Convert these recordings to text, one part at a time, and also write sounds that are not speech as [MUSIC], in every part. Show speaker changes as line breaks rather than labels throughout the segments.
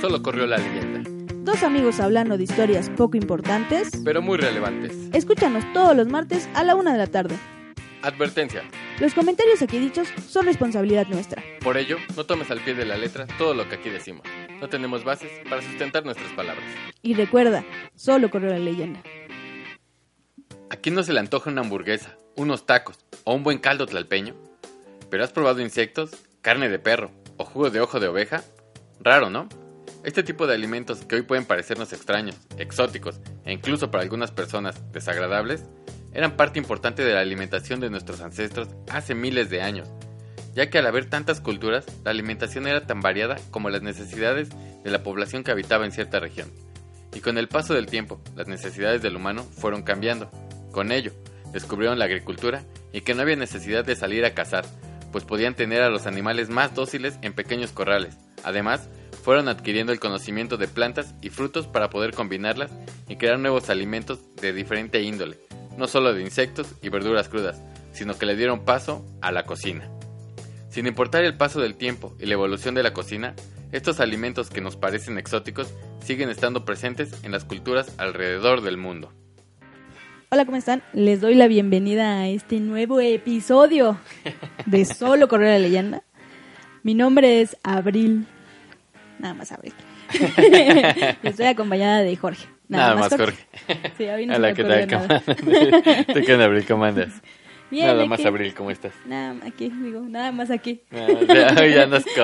Solo corrió la leyenda,
Dos amigos hablando de historias poco importantes.
pero muy relevantes.
Escúchanos todos los martes a la una de la tarde.
Advertencia.
Los comentarios aquí dichos son responsabilidad nuestra.
Por ello, no tomes al pie de la letra todo lo que aquí decimos. No tenemos bases para sustentar nuestras palabras.
Y recuerda, solo corrió la leyenda.
¿A quién no se le antoja una hamburguesa, unos tacos o un buen caldo tlalpeño? ¿Pero has probado insectos, carne de perro o jugo de ojo de oveja? Raro, ¿no? Este tipo de alimentos que hoy pueden parecernos extraños, exóticos e incluso para algunas personas desagradables, eran parte importante de la alimentación de nuestros ancestros hace miles de años, ya que al haber tantas culturas, la alimentación era tan variada como las necesidades de la población que habitaba en cierta región. Y con el paso del tiempo, las necesidades del humano fueron cambiando. Con ello, descubrieron la agricultura y que no había necesidad de salir a cazar, pues podían tener a los animales más dóciles en pequeños corrales. Además, fueron adquiriendo el conocimiento de plantas y frutos para poder combinarlas y crear nuevos alimentos de diferente índole, no solo de insectos y verduras crudas, sino que le dieron paso a la cocina. Sin importar el paso del tiempo y la evolución de la cocina, estos alimentos que nos parecen exóticos siguen estando presentes en las culturas alrededor del mundo.
Hola, ¿cómo están? Les doy la bienvenida a este nuevo episodio
[LAUGHS]
de Solo corrió la leyenda. Mi nombre es Abril. Nada
[LAUGHS]
más Abril. Estoy acompañada de Jorge.
Nada, más, Jorge.
Sí, a mí no se
Hola,
me
¿qué
ocurrió
tal? [LAUGHS]
nada.
¿Cómo andas? ¿Tú qué onda, Abril? ¿Cómo andas?
Bien,
Nada
aquí.
más, Abril, ¿cómo
[LAUGHS]
estás?
Nada, aquí, digo, nada más aquí.
Ah, ya- [LAUGHS] hoy andas con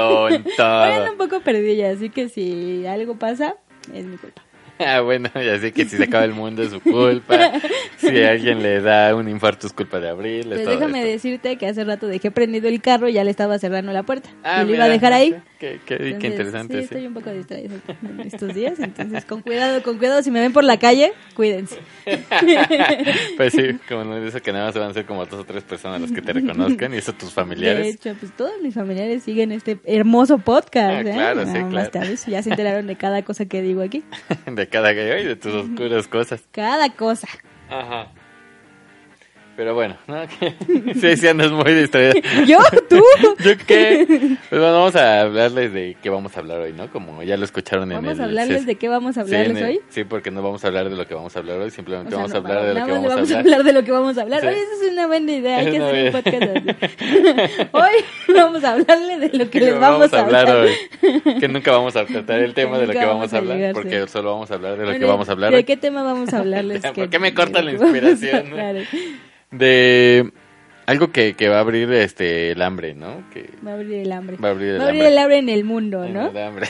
todo.
Hoy ando un poco perdida, así que si algo pasa, es mi culpa.
[LAUGHS] Ah, bueno, ya sé que si se acaba el mundo es su
[LAUGHS]
culpa. Si alguien le da un infarto es culpa de Abril. es
Pues
todo
déjame
esto.
decirte que hace rato dejé prendido el carro y ya le estaba cerrando la puerta.
Ah,
y lo iba a
mira,
dejar ahí.
Qué, qué- qué
Entonces,
interesante.
Sí,
sí.
estoy un poco distraída estos días, entonces con cuidado, con cuidado, si me ven por la calle,
[LAUGHS]
cuídense.
Pues sí, como no dice que nada más van a ser como dos o tres personas las que te reconozcan y eso tus
De
familiares.
hecho, pues todos mis familiares siguen este hermoso podcast,
Ah,
¿eh?
claro, sí,
Nada más,
claro.
¿sabes? Ya se
[LAUGHS]
enteraron de cada cosa que digo aquí.
De cada gallo y de tus oscuras cosas.
Cada cosa. [LAUGHS]
Ajá. Pero bueno, ¿no? [LAUGHS] sí, sí andas muy distraída.
Yo, tú.
¿Yo qué? Pues bueno, vamos a hablarles de qué vamos a hablar hoy, ¿no? Como ya lo escucharon en el...
Vamos a hablarles de qué vamos a
Sí, en
hablarles
el-
hoy.
Sí, porque no vamos a hablar de lo que vamos a hablar hoy,
O
simplemente
sea,
vamos
no,
a hablar de lo
nada
que
más le
vamos a hablar.
hablar de lo que vamos a hablar.
Sí.
Oye, esa es una buena idea, hay
Es
que
una
hacer un
buena- [LAUGHS]
podcast así. hoy [LAUGHS] vamos a hablarle de lo que les vamos, a hablar.
hoy. Que nunca vamos a tratar
[LAUGHS]
el tema de lo
Nunca
que
vamos
vamos
a
a hablar,
llegar,
porque solo vamos a hablar de lo que
Bueno,
vamos a hablar
¿De
hoy.
qué tema vamos a hablarles?
[LAUGHS] ¿Por
que-
qué me cortan la
de lo que vamos a
inspiración, no?
hablar?
De algo que, que va a abrir este el hambre, ¿no? Que
Va a abrir el hambre.
va a abrir el
Va a abrir
hambre.
el hambre en el mundo, ¿no?
El
[LAUGHS]
hambre.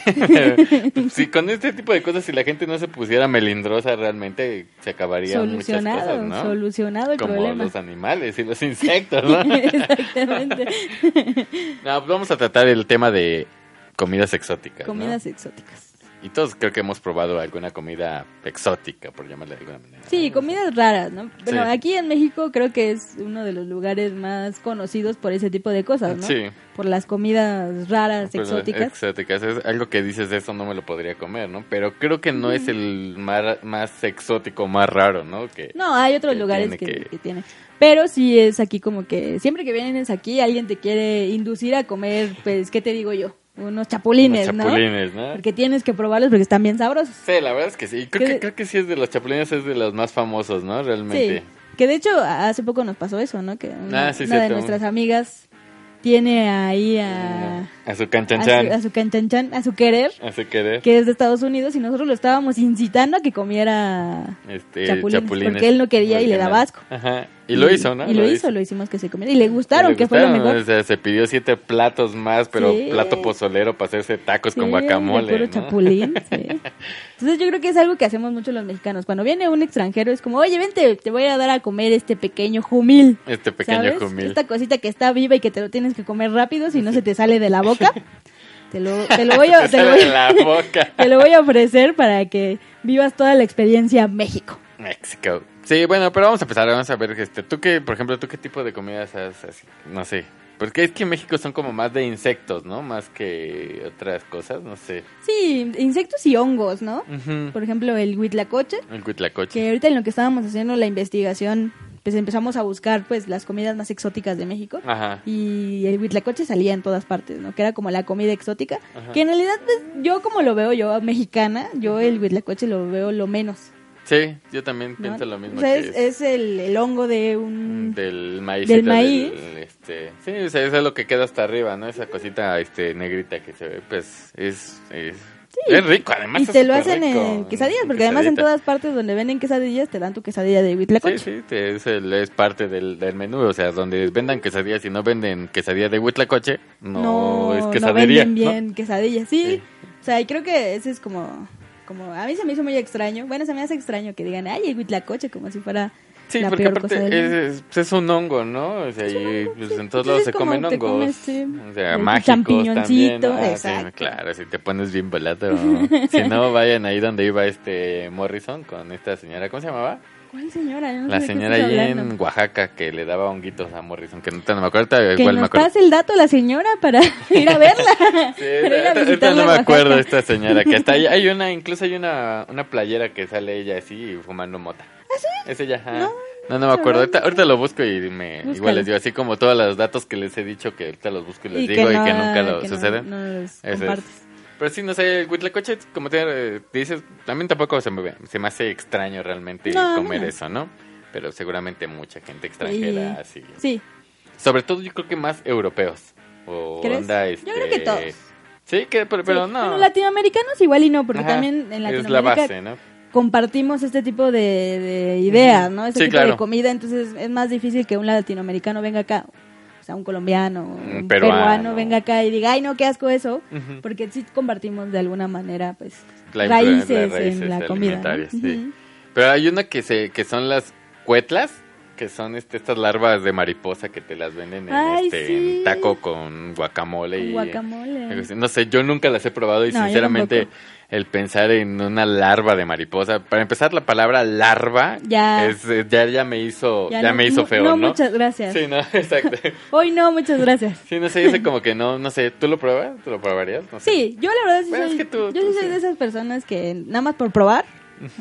si con este tipo de cosas, si la gente no se pusiera melindrosa, realmente se acabarían muchas
Solucionado,
cosas, ¿no?
solucionado el
Como
problema.
los animales y los insectos, ¿no?
[LAUGHS] Exactamente.
[LAUGHS] No, pues vamos a tratar el tema de comidas exóticas. ¿no?
Comidas exóticas.
Y todos creo que hemos probado alguna comida exótica, por llamarla de alguna manera.
Sí, comidas raras, ¿no? Bueno,
Sí.
aquí en México creo que es uno de los lugares más conocidos por ese tipo de cosas, ¿no?
Sí.
Por las comidas raras,
Pues,
exóticas.
Exóticas. Es algo que dices, eso no me lo podría comer, ¿no? Pero creo que no es el mar- más exótico, más raro, ¿no? Que...
No, hay otros
que
lugares
eh, tiene
que,
que-
que tienen. Pero sí es aquí como que siempre que vienes aquí alguien te quiere inducir a comer, pues, ¿qué te digo yo? Unos chapulines,
Los
¿no?
chapulines, ¿no?
Porque tienes que probarlos porque están bien sabrosos.
Sí, la verdad es que sí. Y Creo
¿Qué-
que, creo que sí es de los chapulines, es de los más famosos, ¿no? Realmente.
Sí. Que de hecho hace poco nos pasó eso, ¿no? Que una,
Ah, sí,
una de
cierto.
nuestras amigas tiene ahí a,
Ah, A su
a
canchanchan.
su, Ah, a su canchanchan, a su querer,
A su querer.
que es de Estados Unidos, y nosotros lo estábamos incitando a que comiera
Este,
chapulines,
chapulines,
porque él no quería y le
Porque
daba
no.
asco.
Ajá. Y lo hizo, ¿no?
Y lo, hizo, lo hicimos que se comiera. Y le gustaron,
Le
que fue lo
gustaron,
mejor.
o sea, se pidió siete platos más, pero
Sí.
plato pozolero para hacerse tacos
Sí,
pues, con guacamole.
de puro
¿no?
chapulín, sí. Entonces yo creo que es algo que hacemos mucho los mexicanos. Cuando viene un extranjero es como, oye, vente, te voy a dar a comer este pequeño jumil.
[LAUGHS] Este pequeño
¿sabes?
jumil. [LAUGHS]
Esta cosita que está viva y que te lo tienes que comer rápido si no se te sale de la boca. Te lo, te lo voy a,
Te
te lo
sale
voy
de la
a-
[LAUGHS] boca.
[LAUGHS] te lo voy a ofrecer para que vivas toda la experiencia México.
México. Sí, bueno, pero vamos a empezar, vamos a ver, este, tú qué, por ejemplo, tú qué tipo de comidas haces, así? no sé, porque es que en México son como más de insectos, ¿no? Más que otras cosas, no sé.
Sí, insectos y hongos, ¿no?
Ujú.
Por ejemplo, el huitlacoche,
El cuitlacoche.
que ahorita en lo que estábamos haciendo la investigación, pues empezamos a buscar pues las comidas más exóticas de México.
Ajá.
Y el huitlacoche salía en todas partes, ¿no? Que era como la comida exótica.
Ajá.
Que en realidad, pues, yo como lo veo yo, mexicana, yo el huitlacoche lo veo lo menos.
Sí, yo también
¿no?
pienso lo mismo.
O sea,
que
es,
es-
es el, el hongo de un...
Del maíz.
Del maíz.
este, sí, o sea, eso es lo que queda hasta arriba, ¿no? Esa cosita este, negrita que se ve, pues es... es... es rico, además.
Y
es
te lo
Mm, súper
hacen
rico,
en quesadillas, porque además en
quesadita.
todas partes donde venden quesadillas te dan tu quesadilla de huitlacoche.
Sí, sí, te- es, el- es parte del, del menú. O sea, donde vendan quesadillas y no venden quesadillas de huitlacoche, no,
no,
es
no
quesadería.
venden
¿no?
bien quesadillas, sí.
Sí.
O sea, y creo que ese es como, como, a mí se me hizo muy extraño. Bueno, se me hace extraño que digan, ay, el huitlacoche, como si fuera
Sí,
la
porque
peor cosa
aparte
del mundo.
es, es- es un hongo, ¿no? O sea, y pues, en todos
Entonces
lados
es
se
como
comen
te
hongos.
comes, sí,
O sea,
el
mágicos también.
champiñoncito,
Ah, sí,
exacto.
claro, si te pones bien
[LAUGHS]
volado. si no, vayan ahí donde iba este Morrison con esta señora. ¿Cómo se llamaba?
¿Cuál señora? Yo no sé
La
de qué
señora
estás
ahí
hablando.
en Oaxaca que le daba honguitos a Morrison, que no te no me acuerdo, ahorita
Que
igual me
nos
acuerdo.
pase el dato la señora para [LAUGHS] ir a verla.
Sí,
para ir
ahorita-
a
ahorita
visitarla
no
en
me
Oaxaca.
acuerdo de esta señora, que está ahí, hay una, incluso hay una, una playera que sale ella así fumando mota. ¿Ah, sí? Es ella, ajá.
No,
No, no, me acuerdo, ahorita, ahorita lo busco y me,
Búscalo.
igual les digo, así como todos los datos que les he dicho que ahorita los busco y les
Y
digo y que nunca
no-
lo
que no-
suceden.
No, los
Ese es.
compartes.
Pero sí, no sé, el huitlacoche, como te eh, dices, también tampoco se me, se me hace extraño realmente
No,
comer
no.
eso, ¿no? Pero seguramente mucha gente extranjera, así.
Sí,
Sobre todo yo creo que más europeos. O
¿Crees?
onda,
Yo
este...
creo que todos.
Sí, que, pero, pero
sí.
no.
Bueno, latinoamericanos igual y no, porque
Ajá,
también en Latinoamérica
Es la base, ¿no?
compartimos este tipo de, de ideas, ¿no? Este
Sí,
tipo de
claro.
comida, entonces es más difícil que un latinoamericano venga acá, o sea, un colombiano, un
Un
peruano,
Mm, peruano.
venga acá y diga, ay, no, qué asco eso,
Ujú.
porque sí compartimos de alguna manera, pues,
La influ- las
raíces,
raíces
en la comida. ¿no?
alimentarias, sí.
Ujú.
Pero hay una que se que son las cuetlas, que son este, estas larvas de mariposa que te las venden en,
Ay,
este,
sí.
en taco con guacamole
Con
y
guacamole.
No sé, yo nunca las he probado y
No, yo
sinceramente
tampoco.
el pensar en una larva de mariposa, para empezar la palabra larva
Ya.
es, eh, ya ya me hizo ya,
no-
me hizo
mu-
feo,
No,
¿no?
muchas gracias.
Sí, no, [LAUGHS] exacto.
Hoy no, muchas gracias.
Sí, no sé, dice como que no, no sé, ¿tú lo pruebas? ¿Tú lo probarías? No sé.
Sí, yo la verdad sí
Bueno, es
soy,
que tú-
yo sí
tú
soy
sí.
de esas personas que nada más por probar,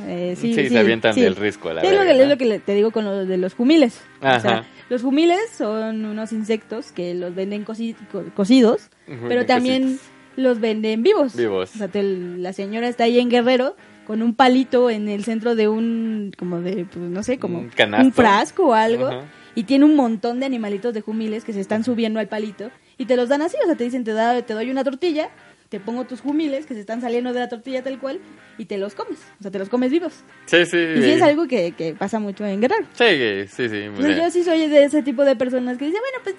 eh, sí,
Sí, se avientan
sí.
del risco a la
Es lo,
verga,
que, es
¿no?
lo que le- te digo con lo de los jumiles. O sea,
Ajá.
los jumiles son unos insectos que los venden coci- co- cocidos,
Ujú,
pero
de
también
cositas.
los venden vivos.
Vivos.
O sea, te- la señora está ahí en Guerrero con un palito en el centro de un, como de, pues, no sé, como
Un canasto.
frasco o algo.
Ajá.
Y tiene un montón de animalitos de jumiles que se están subiendo al palito y te los dan así, o sea, te dicen, te, da- te doy una tortilla, te pongo tus jumiles que se están saliendo de la tortilla tal cual y te los comes, o sea, te los comes vivos.
Sí, sí.
Y sí es algo que, que pasa mucho en Guerrero.
Sí, sí, sí. o
No,
sea, [LAUGHS]
yo sí soy de ese tipo de personas que dicen, bueno, pues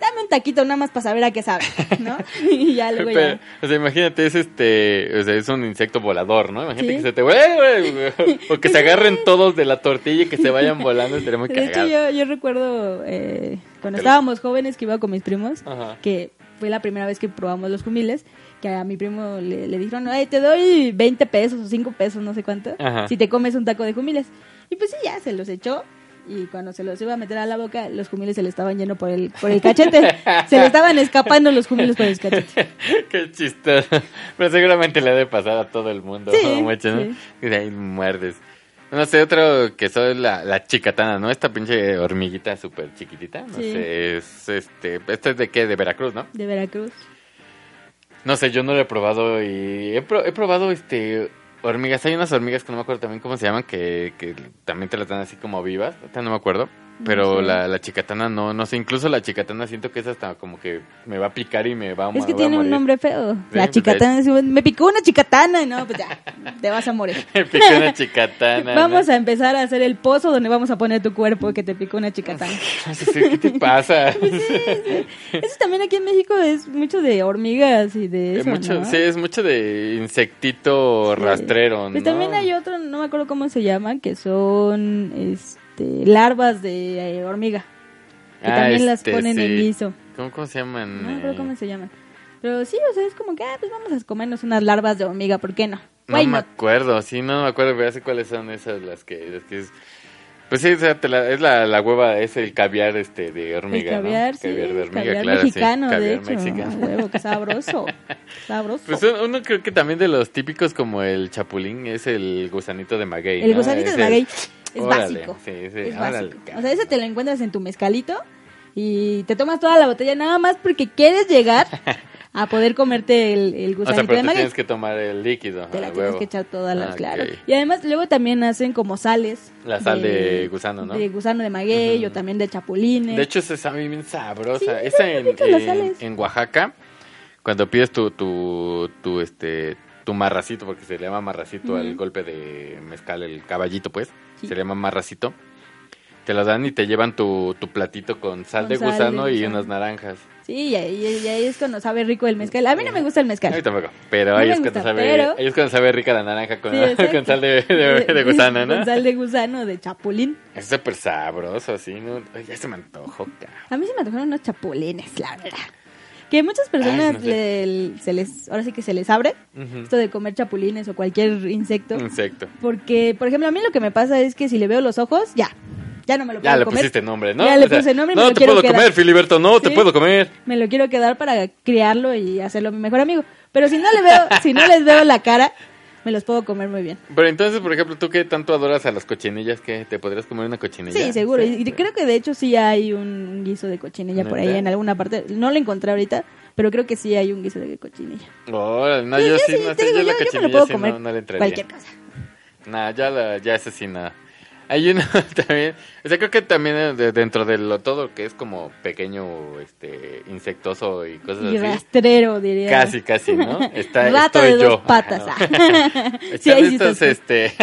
dame un taquito nada más para saber a qué sabe, [LAUGHS] ¿no? y ya luego
pero,
ya.
o sea, imagínate, es este, o sea, es un insecto volador, ¿no? Imagínate
Sí.
que se te vuelve, o que se agarren todos de la tortilla y que se
[LAUGHS]
vayan volando, estaría muy
De hecho,
cagado.
yo, yo recuerdo eh, cuando
Te lo-
estábamos jóvenes que iba con mis primos,
Ajá.
que fue la primera vez que probamos los jumiles, que a mi primo le, le dijeron, "Ay, te doy 20 pesos o 5 pesos, no sé cuánto,
Ajá.
si te comes un taco de jumiles. Y pues sí, ya se los echó. Y cuando se los iba a meter a la boca, los jumiles se le estaban yendo por el, por
[LAUGHS]
el cachete. se le estaban escapando los jumiles por el cachete.
[LAUGHS] Qué chistoso. Pero seguramente le debe pasar a todo el mundo.
Sí,
mucho, ¿no?
sí.
Y de ahí muerdes. No sé, otro que soy la, la chicatana, ¿no? Esta pinche hormiguita súper chiquitita. No
Sí.
sé, es este. ¿Esta es de qué? De Veracruz, ¿no?
De Veracruz.
No sé, yo no lo he probado y he, pro- he probado este hormigas. Hay unas hormigas que no me acuerdo también cómo se llaman, que, que también te las dan así como vivas. Ahorita no me acuerdo. Pero
No sé.
la, la chicatana no, no sé. Incluso la chicatana siento que es hasta como que me va a picar y me va a mo-
Es que
voy a
tiene un
morir.
nombre feo. la
pues,
chicatana. es- Me picó una chicatana. No, pues ya, te vas a morir.
[LAUGHS] Me picó una
[LAUGHS]
chicatana.
Vamos
¿no?
a empezar a hacer el pozo donde vamos a poner tu cuerpo que te picó
[LAUGHS]
una chicatana.
[LAUGHS] Sí, sí, ¿Qué te
[LAUGHS]
pasa?
Pues Eso también aquí en México es mucho de hormigas y de
Es
eso,
Eh, mucho,
¿no?
Sí, es mucho de insectito
Sí.
rastrero,
Pues
¿no?
también hay otro, no me acuerdo cómo se llaman, que son este, larvas de eh, hormiga. Que
Ah,
también las
este,
ponen en
sí.
guiso.
¿Cómo, cómo se llaman?
No me acuerdo
Eh,
cómo se llaman. Pero sí, o sea, es como que, ah, pues vamos a comernos unas larvas de hormiga, ¿por qué no?
No
Why
me
not?
acuerdo, sí, no me acuerdo, pero ya sé cuáles son esas las que, las que es... Pues sí, o sea, te la- es la, la hueva, es el caviar este de hormiga,
el
¿no?
caviar, sí,
Caviar de hormiga,
caviar
claro, sí,
mexicano, de
caviar
hecho.
mexicano.
a
[LAUGHS]
huevo, qué sabroso. sabroso.
Pues un- uno creo que también de los típicos como el chapulín es el gusanito de maguey.
el
¿no?
gusanito
Es
de maguey
el-
es
órale,
básico.
sí, sí,
es
órale,
básico.
cabrón.
O sea, ese te lo encuentras en tu mezcalito y te tomas toda la botella nada más porque quieres llegar a poder comerte
O
el, el
sea,
gusanito
pero
de
te
maguey.
tienes que tomar el líquido.
Te
a
la tienes
huevo.
que echar toda la,
Ah,
claro.
ok.
Y además luego también hacen como sales.
La sal de gusano, ¿no?
De gusano de maguey o también de chapulines.
De hecho, esa sabe bien sabrosa.
Sí,
Esa
sabe
en,
rico, las
en-
sales.
en Oaxaca, cuando pides tu, tu, tu, este, tu marracito, porque se le llama marracito al
Ujú.
golpe de mezcal, el caballito, pues,
Sí.
se le llama marracito. Te lo dan y te llevan tu, tu platito con sal
Con
de
sal de
gusano y
gusano.
unas naranjas.
Sí, y ahí, y ahí es cuando sabe rico el mezcal. A mí no me gusta el
A mí
mezcal.
tampoco. Pero,
No
ahí,
me
es cuando
gusta,
sabe,
pero-
ahí es cuando sabe rica la [LAUGHS] naranja con,
Sí, exacto.
con sal de, de-
[LAUGHS]
de gusano, ¿no?
Con sal de gusano, de chapulín.
Es súper sabroso, así, ¿no? Ay, ya se me antojó, cabrón.
A mí se me antojaron unos chapulines, la verdad. Que muchas
Ay,
personas
no sé.
le- se les, ahora sí que se les abre
Ujú. Mm.
esto de comer chapulines o cualquier insecto.
Insecto.
Porque, por ejemplo, a mí lo que me pasa es que si le veo los ojos, ya, ya no me lo puedo
Ya le
comer.
pusiste nombre, ¿no?
Ya le
O sea,
puse nombre y
No
me lo
te
quiero
puedo
quedar.
comer, Filiberto, no te
Sí.
puedo comer.
Me lo quiero quedar para criarlo y hacerlo mi mejor amigo. Pero si no le veo, si no les veo la cara, me los puedo comer muy bien.
Pero entonces, por ejemplo, tú que tanto adoras a las cochinillas, que te podrías comer una cochinilla.
Sí, seguro. Y creo que de hecho sí hay un guiso de cochinilla por ahí
¿Neta?
en alguna parte. No lo encontré ahorita, pero creo que sí hay un guiso de cochinilla.
Órale, no,
Sí,
yo
yo
sí,
Pues sí,
no
te
sé,
digo,
yo la
yo- yo me lo
cochinilla
puedo
sí
comer
no, no le entraría.
Cualquier cosa.
No, ya, la, ya esa sí, nada. Hay uno [LAUGHS] también, o sea, creo que también eh, de- dentro de lo todo que es como pequeño, este, insectoso y cosas
Y
así.
rastrero, diría.
Casi, casi,
[LAUGHS]
¿no? Está,
Rata
estoy
de
yo.
dos patas. [LAUGHS]
Ajá, no.
ah. sí,
[LAUGHS] Están
ahí sí
estos,
estás tú.
este...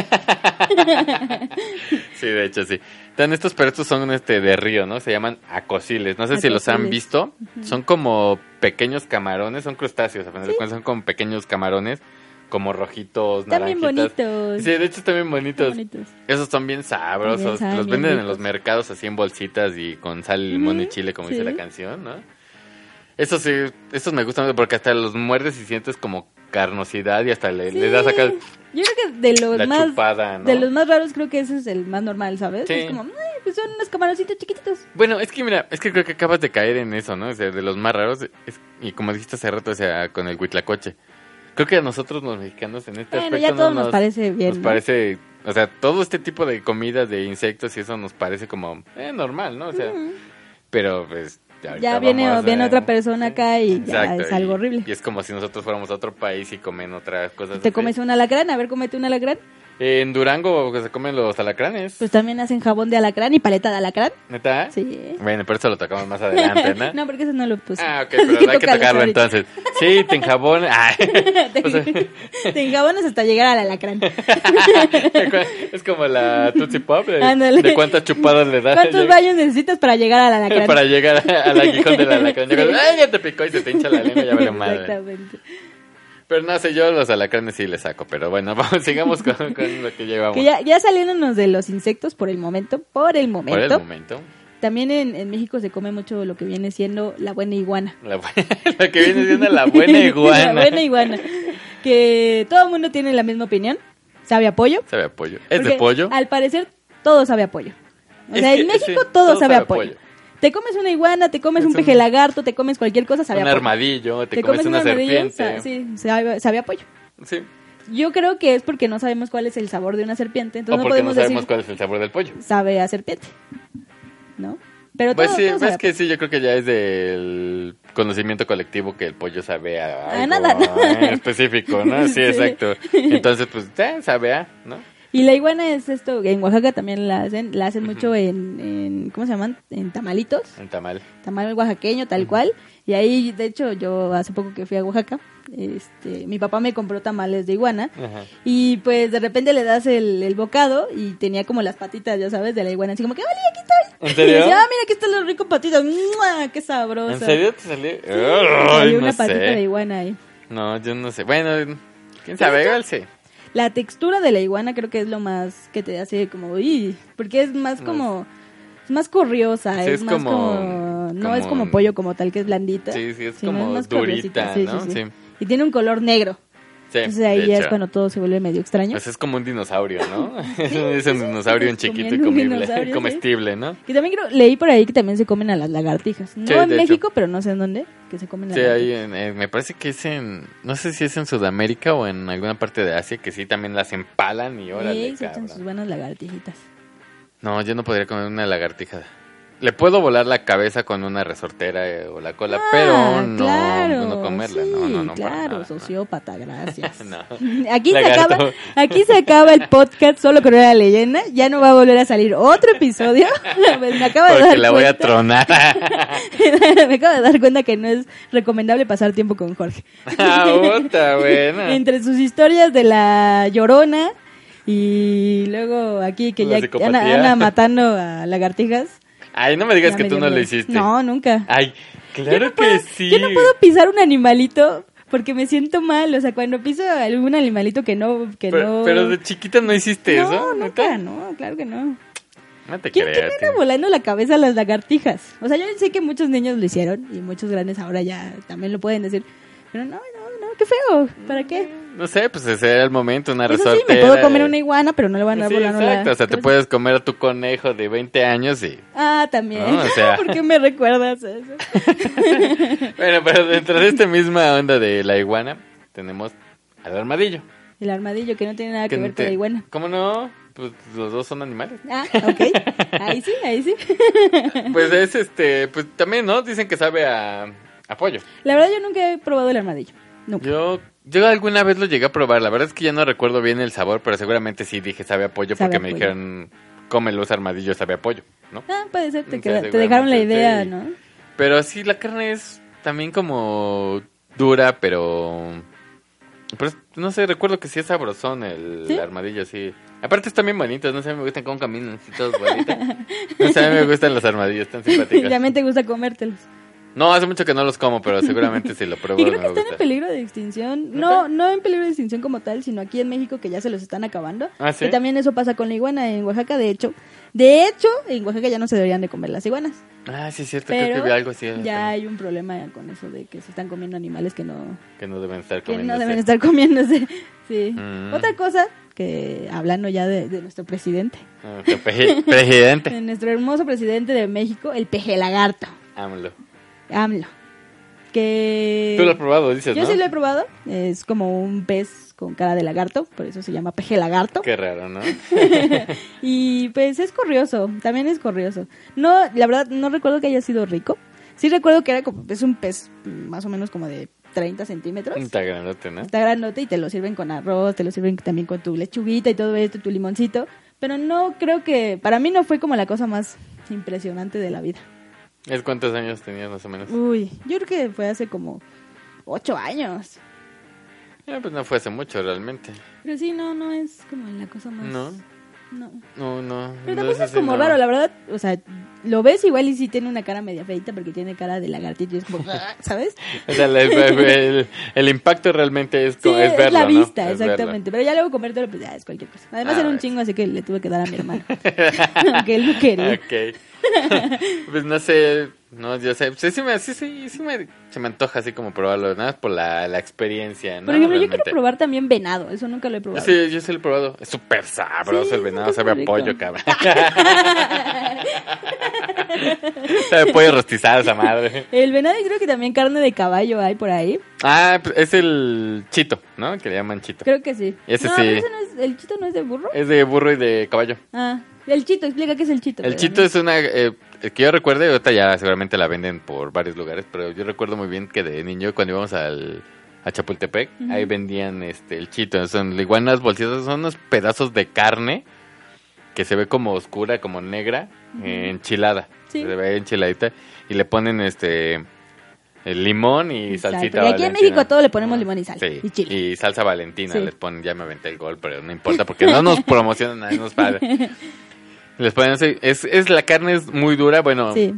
[LAUGHS] sí, de hecho, sí. Están estos, pero estos son este, de río, ¿no? Se llaman acosiles. No sé si los han
Acosiles.
visto. Son como pequeños camarones, son crustáceos, a final de cuentas son como pequeños camarones, como rojitos,
Están bien
naranjitas.
bonitos.
Sí, de hecho, están bien
Están
bonitos.
bonitos.
Esos son bien
También
sabrosos.
saben
los
bien
venden en
ricos.
los mercados así en bolsitas y con sal, limón y
Ujú,
chile, como
sí.
dice la canción, ¿no? Eso sí, esos me gustan porque hasta los muerdes y sientes como carnosidad y hasta le, le das
Sí.
acá
Yo creo que de los
la
más
chupada, ¿no?
de los más raros creo que ese es el más normal, ¿sabes?
Sí. Este
Es como, "Ay, pues son unos camaroncitos chiquititos.
Bueno, es que mira, es que creo que acabas de caer en eso, ¿no? O sea, de los más raros, es- y como dijiste hace rato, o sea, con el huitlacoche. Creo que a nosotros los mexicanos en este
Bueno,
aspecto
ya
no
todo nos, parece bien.
nos
¿no?
parece, o sea, todo este tipo de comidas de insectos y eso nos parece como eh, normal, ¿no? O sea,
Ujú.
pero pues ahorita
Ya viene,
vamos,
viene
eh,
otra persona acá y ya
exacto,
es
y-
algo horrible.
Y es como si nosotros fuéramos a otro país y comen otras cosas.
Te
así.
comes un alacrán, a ver, comete un alacrán.
En Durango que se comen los alacranes.
Pues también hacen jabón de alacrán y paleta de alacrán.
¿Neta?
Sí.
Bueno, pero eso lo tocamos más adelante, ¿no?
[LAUGHS] no, porque eso no lo puse.
Ah,
[LAUGHS]
ok,
Así
pero hay que
tócalos
tocarlo
ahorita.
entonces. Sí, te enjabonas. Ah,
[LAUGHS] te,
o sea,
te enjabonas hasta llegar al alacrán.
[LAUGHS] es como la Tootsie Pop. De,
Ándale.
de cuántas chupadas le das.
¿Cuántos baños necesitas para llegar al alacrán?
Para llegar a- al aguijón del alacrán. Ya cuando,
Sí.
"Ay, ya te picó y se te hincha la lengua, ya
[LAUGHS]
vale madre.
Exactamente.
Pero no sé, yo los alacranes sí les saco. Pero bueno, [LAUGHS] vamos, sigamos con, con lo que llevamos.
Que ya, ya saliéndonos de los insectos por el momento, por el momento.
Por el momento.
También en, en México se come mucho lo que viene siendo la buena iguana.
La, bu- la que viene siendo la [LAUGHS] buena iguana.
[LAUGHS] la
[LAUGHS]
buena iguana. Que todo el mundo tiene la misma opinión. Sabe a pollo.
Sabe a pollo. ¿Es de
Porque,
pollo?
Al parecer, todo sabe a pollo. O
Es
sea,
que,
en México
sí,
todo, sabe, a pollo. Te comes una iguana, te comes
Es
un
un-
peje lagarto, te comes cualquier cosa, sabe
Un
a pollo.
armadillo, te, comes, una
armadillo,
serpiente.
sa- sí, sabe, sabe a pollo.
sí.
Yo creo que es porque no sabemos cuál es el sabor de una
O
serpiente, entonces no
porque no
podemos
sabemos
decir
cuál es el sabor del pollo.
sabe a serpiente. ¿No? Pero
Pues
todo,
sí,
todo
pues
sabe
es
a
que sí, yo creo que ya es del conocimiento colectivo que el pollo sabe a,
A
algo
Ah,
ah,
nada, ¿no?
en específico,
[LAUGHS]
¿no? Sí,
Sí.
exacto. Entonces, pues, ya sabe a, ¿no?
Y la iguana es esto, en Oaxaca también la hacen, la hacen mucho en, en- ¿cómo se llaman? En tamalitos,
Un tamal.
tamal oaxaqueño tal cual. Y ahí, de hecho, yo hace poco que fui a Oaxaca, este, mi papá me compró tamales de iguana.
Ajá.
Y pues de repente le das el, el bocado y tenía como las patitas, ya sabes, de la iguana, así como que, ¡Oli, aquí estoy!
¿En serio?
[LAUGHS] Y decía, ah, mira, aquí están los ricos patitos, ¡mua! ¡Qué sabroso!
¿En serio te salió? Ay,
Hay
no
una patita de
sé.
iguana ahí.
No, yo no sé. Bueno, quién sabe, igual sí.
La textura de la iguana creo que es lo más que te hace como, uy, porque es más como, es más curiosa,
Sí,
es,
es
más
como-
como, como, no es
Como-
como pollo como tal, que es blandita.
Sí, sí, es
sino
como
más
durita,
cremosita, sí,
¿no?
sí, sí.
Sí.
Y tiene un color negro.
Sí,
Entonces Pues ahí
de
ya es
hecho.
cuando todo se vuelve medio extraño.
Pues es como un dinosaurio,
[LAUGHS]
¿no? [LAUGHS] es un dinosaurio en chiquito y
comiendo
[LAUGHS]
un
comible,
dinosaurio, sí.
comestible, ¿no?
Y también creo, leí por ahí que también se comen a las lagartijas. No
Sí,
en
de
México,
hecho.
pero no sé en dónde, que se comen
Sí,
lagartijas.
ahí en- eh, me parece que es en, no sé si es en Sudamérica o en alguna parte de Asia, que sí también las empalan y órale,
Ey, se echan
cabrón.
sus buenas lagartijitas.
No, yo no podría comer una lagartija. Le puedo volar la cabeza con una resortera eh, o la cola, pero
Ah,
no, no comerla.
sí,
no, no, no. para
Claro,
nada,
sociópata, gracias.
[LAUGHS] No.
Aquí se,
Lagarto.
acaba, aquí se acaba el podcast solo con la leyenda. Ya no va a volver a salir otro
[LAUGHS]
episodio. Me acabo de
Porque
dar
la voy a
cuenta.
tronar. [LAUGHS]
[LAUGHS] Me acabo de dar cuenta que no es recomendable pasar tiempo con Jorge.
ah, puta, buena.
[LAUGHS] Entre sus historias de la llorona y luego aquí que
La
ya
psicopatía.
anda,
[LAUGHS]
anda matando a lagartijas.
Ay, no me digas
ya
que
me
tú
dio
no lo
miedo.
hiciste.
No, nunca.
Ay, claro
yo no
que
puedo,
sí.
Yo no puedo pisar un animalito porque me siento mal. O sea, cuando piso algún animalito que no. Que
pero,
no...
pero de chiquita no hiciste
no,
eso.
nunca, no, claro que no.
No te
¿Quién,
creo.
quién le anda
tío.
volando la cabeza a las lagartijas? O sea, yo sé que muchos niños lo hicieron y muchos grandes ahora ya también lo pueden decir. Pero no, no, no, qué feo. ¿Para qué?
No sé, pues ese era el momento, una
Eso sí,
resortera.
me puedo comer una iguana, pero no le van a
Sí,
dar volando la
exacto, o sea, te
cabeza.
puedes comer a tu conejo de 20 años y
Ah, también.
No, o sea.
[LAUGHS] ¿Por qué me recuerdas eso?
Bueno, pero dentro de esta misma onda de la iguana, tenemos al armadillo.
El armadillo que no tiene nada que,
Que
ver
te-
con la iguana.
¿Cómo no? Pues los dos son animales.
Ah, ok. Ahí sí, ahí sí.
Pues es este, pues también, ¿no? Dicen que sabe a, a pollo.
La verdad yo nunca he probado el armadillo. Nunca.
Yo, yo alguna vez lo llegué a probar, la verdad es que ya no recuerdo bien el sabor, pero seguramente sí dije sabe a pollo
Sabe
porque
a
me
pollo.
dijeron, come los armadillos, sabe a pollo, ¿no?
Ah, puede ser,
Sí,
te, queda- te dejaron la
seguramente,
idea,
sí.
¿no?
Pero sí, la carne es también como dura, pero... Pero no sé, recuerdo que sí es sabrosón el
¿Sí?
armadillo, sí. Aparte están bien bonitos, no sé, me gustan cómo caminan, así
[LAUGHS]
todos bonitos. No sé, a mí me gustan los armadillos, están simpáticos.
También te gusta comértelos.
No, hace mucho que no los como, pero seguramente si lo pruebo
[LAUGHS] y creo
me
que
gusta.
están en peligro de extinción. No, no en peligro de extinción como tal, sino aquí en México que ya se los están acabando.
Ah, ¿sí?
Y también eso pasa con la iguana en Oaxaca, de hecho. De hecho, en Oaxaca ya no se deberían de comer las iguanas.
Ah, sí, es cierto, creo que
Pero
vi algo así en-
ya hay un problema con eso de que se están comiendo animales que no,
que no deben estar
que
comiendo.
no deben estar comiéndose. [LAUGHS] Sí.
Mm.
Otra cosa que hablando ya de- de nuestro presidente.
Ah, [LAUGHS] Presidente,
De nuestro hermoso presidente de México, el peje lagarto,
ámalo.
AMLO. Que
Tú lo has probado, dices,
Yo
¿no?
sí lo he probado, es como un pez con cara de lagarto, por eso se llama peje lagarto.
Qué raro,
[LAUGHS]
¿no?
Y pues es corrioso, también es corrioso. No, la verdad no recuerdo que haya sido rico. Sí recuerdo que era como es un pez mm, más o menos como de 30 centímetros.
Está grandote, ¿no?
Está grandote y te lo sirven con arroz, te lo sirven también con tu lechuguita y todo esto, tu limoncito. Pero no creo que, para mí no fue como la cosa más impresionante de la vida.
¿Es cuántos años tenías más o menos?
Uy, yo creo que fue hace como ocho años.
Eh, pues no fue hace mucho realmente.
Pero sí, no, no es como la cosa más.
No.
No.
No, no.
Pero
no
tampoco es,
así,
como
no.
raro, la verdad. O sea, lo ves igual y sí tiene una cara media feita porque tiene cara de lagartija. y Es como, [LAUGHS] ¿sabes?
O sea, el, el- el- el impacto realmente es,
Sí,
co- es
es
verlo,
la
¿no?
vista,
Es verlo.
exactamente. Pero ya luego comértelo, pues ya es cualquier cosa. Además
Ah,
era un
ves.
chingo, así que le tuve que dar a mi
[LAUGHS]
hermano. [LAUGHS] Aunque él no quería.
Ok. [LAUGHS] pues no sé, no, yo sé. Sí, sí, me, sí, sí, sí me, se me antoja así como probarlo, nada más por la, la experiencia, ¿no?
Por ejemplo, yo
Realmente.
quiero probar también venado. Eso nunca lo he probado.
Sí, yo sí lo he probado. Es súper sabroso
Sí,
el venado,
está
sabe
muy
a
rico.
pollo, cabrón. [LAUGHS] sabe a pollo rostizado esa madre.
El venado y creo que también carne de caballo hay por ahí.
Ah, pues, es el chito, ¿no? Que le llaman chito.
Creo que sí.
Ese
no,
sí.
pero ese no es- el chito no es de burro.
Es de burro y de caballo.
Ah, el chito, explica qué es el chito.
El
pero
chito
no.
es una... eh, que yo recuerde, ahorita ya seguramente la venden por varios lugares, pero yo recuerdo muy bien que de niño cuando íbamos al, a Chapultepec, ahí vendían este el chito. Son iguanas bolsitas, son unos pedazos de carne que se ve como oscura, como negra, eh, enchilada.
Sí.
Se ve enchiladita y le ponen este... El limón y
Exacto.
salsita
Y aquí en
valentina.
México a todo le ponemos limón y sal,
Sí,
y chile.
Y salsa valentina
Sí.
les ponen. Ya me aventé el gol, pero no importa porque no
[LAUGHS]
nos promocionan, nadie nos paga. Les ponen así, es, es la carne es muy dura, bueno, eh,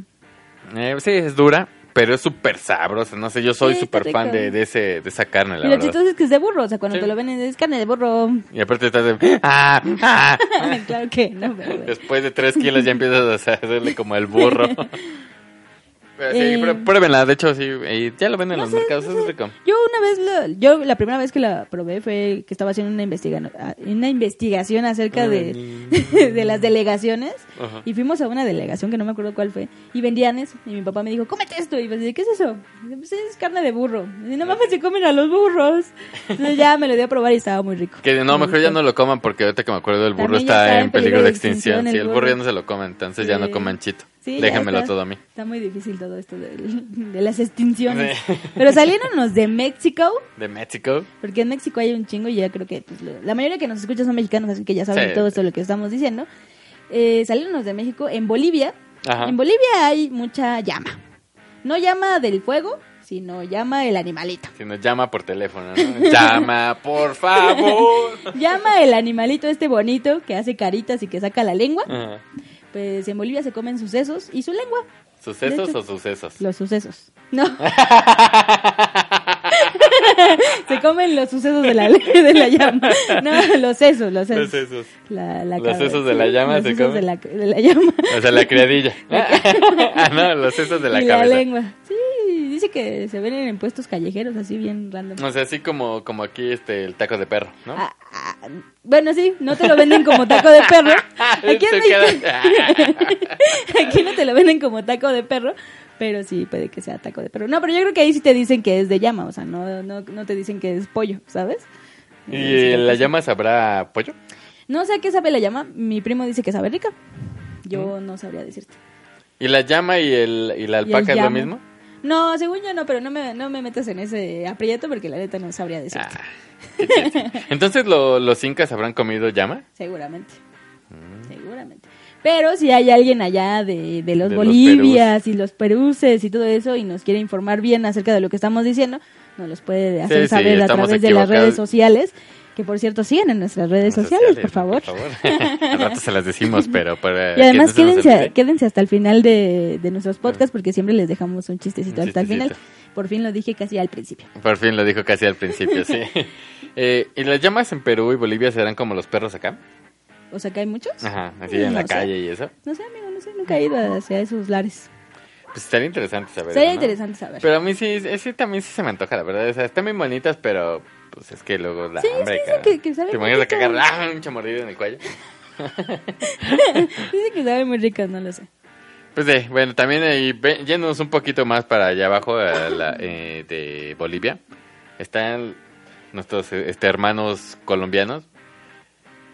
Sí.
sí, es dura, pero es súper sabrosa, no sé, yo soy
Sí, está
súper fan
rico.
de, de ese, de esa carne, la
Y lo
verdad.
chistoso es que es de burro. O sea, cuando
Sí.
te lo ven es carne de burro. [LAUGHS]
Y aparte estás de, [LAUGHS] ¡ah! ¡ah!
claro que no, pero bueno. [LAUGHS]
Después de tres kilos ya empiezas a hacerle como el burro. Pero sí,
Eh,
prue- pruébenla, de hecho, sí, y ya lo venden en
No
los
sé,
mercados,
no
es
sé.
rico.
Yo una vez, la, yo la primera vez que la probé fue que estaba haciendo una, investiga- una investigación acerca de, [LAUGHS] de las delegaciones
Ajá.
y fuimos a una delegación que no me acuerdo cuál fue y vendían eso y mi papá me dijo, cómete esto y yo dije, ¿qué es eso? Y dije, Pues es carne de burro. Y dije, no mames, se comen a los burros. Entonces ya me lo dio a probar y estaba muy rico.
Que no,
Me
mejor ya
gustó.
no lo coman porque ahorita que me acuerdo el burro
También ya
está, en peligro, de
extinción,
extinción.
el
sí, el burro
burro.
ya no se lo comen, entonces ya no
Sí.
coman chito.
Sí, ya
Déjenmelo
está.
todo a mí.
Está muy difícil todo esto del- [LAUGHS] de, las extinciones.
Sí.
[LAUGHS] Pero salieron los de México.
De México.
Porque en México hay un chingo y ya creo que pues, lo- la mayoría que nos escucha son mexicanos, así que ya saben
Sí.
todo esto de lo que estamos diciendo. Eh, salieron los de México. En Bolivia,
Ajá.
en Bolivia hay mucha llama. No llama del fuego, sino llama el animalito.
Si nos llama por teléfono, ¿no? [LAUGHS] llama, por favor.
Llama el animalito este bonito que hace caritas y que saca la lengua.
Ajá.
Pues en Bolivia se comen sus sesos y su lengua.
¿Sucesos
De hecho-
o
[LAUGHS]
sucesos?
Los sucesos. No.
Ah,
se comen los sucesos de la, de la llama. No, los sesos, los sesos.
Los sesos.
La- la
Los
cabra-
sesos de la llama
los
se
sesos
comen.
de la, de la llama
O sea, la criadilla. [LAUGHS] ah, no, los sesos de la
y
cabeza.
la lengua. Sí, dice que se ven en puestos callejeros, así bien random.
O sea, así como, como aquí este, el taco de perro, ¿no?
Ah, ah, bueno, sí, no te lo venden como taco de
[LAUGHS]
perro. Aquí, en
Te
México-
quedas-
[LAUGHS] aquí no te lo venden como taco de perro, pero sí puede que sea taco de perro. No, pero yo creo que ahí sí te dicen que es de llama, o sea, no, no, no te dicen que es pollo, ¿sabes? Eh,
¿Y la llama sabrá pollo?
No sé a qué sabe la llama. Mi primo dice que sabe rica. Yo no sabría decirte.
¿Y la llama y, el, y la
¿Y el
alpaca es lo
llamo?
mismo?
No, según yo no, pero no me, no me metas en ese aprieto porque la neta no sabría decirte.
Ah, qué chiste. Entonces, ¿lo- ¿los incas habrán comido llama?
Seguramente.
Mm.
Seguramente. Pero si hay alguien allá de, de los
De los
Bolivias y los Peruses y todo eso y nos quiere informar bien acerca de lo que estamos diciendo, nos los puede hacer
sí,
saber a
estamos
través de las
equivocados.
redes sociales. Que por cierto, siguen en nuestras redes sociales, por favor.
[LAUGHS] Al rato se las decimos, pero para
Y
Eh, que no
además
se nos
quédense,
olvide.
quédense hasta el final de, de nuestros podcasts porque siempre les dejamos un chistecito
Un
hasta el final.
chistecito.
Por fin lo dije casi al principio.
Por fin lo dijo casi al principio,
[LAUGHS]
sí. Eh, ¿Y las llamas en Perú y Bolivia serán como los perros acá?
O sea, que hay muchos. Mm,
Ajá, así en la
No sé.
calle y eso.
No sé, amigo, no sé, nunca he ido hacia esos lares.
Pues estaría interesante saber.
Sería
eso, ¿no?
interesante saber.
Pero a mí sí, sí, también sí se me antoja, la verdad. O sea, están bien bonitas, pero pues es que luego la
Sí,
hambre.
sí, dicen
cara.
que- que saben
Te imaginas que
bonito.
agarra ¡ah! [LAUGHS] un chamorrido en el cuello.
Dicen que saben muy ricas, no lo sé.
Pues sí, bueno, también ahí, ve- yéndonos un poquito más para allá abajo a
[LAUGHS]
la, eh, de Bolivia, están nuestros eh, este, hermanos colombianos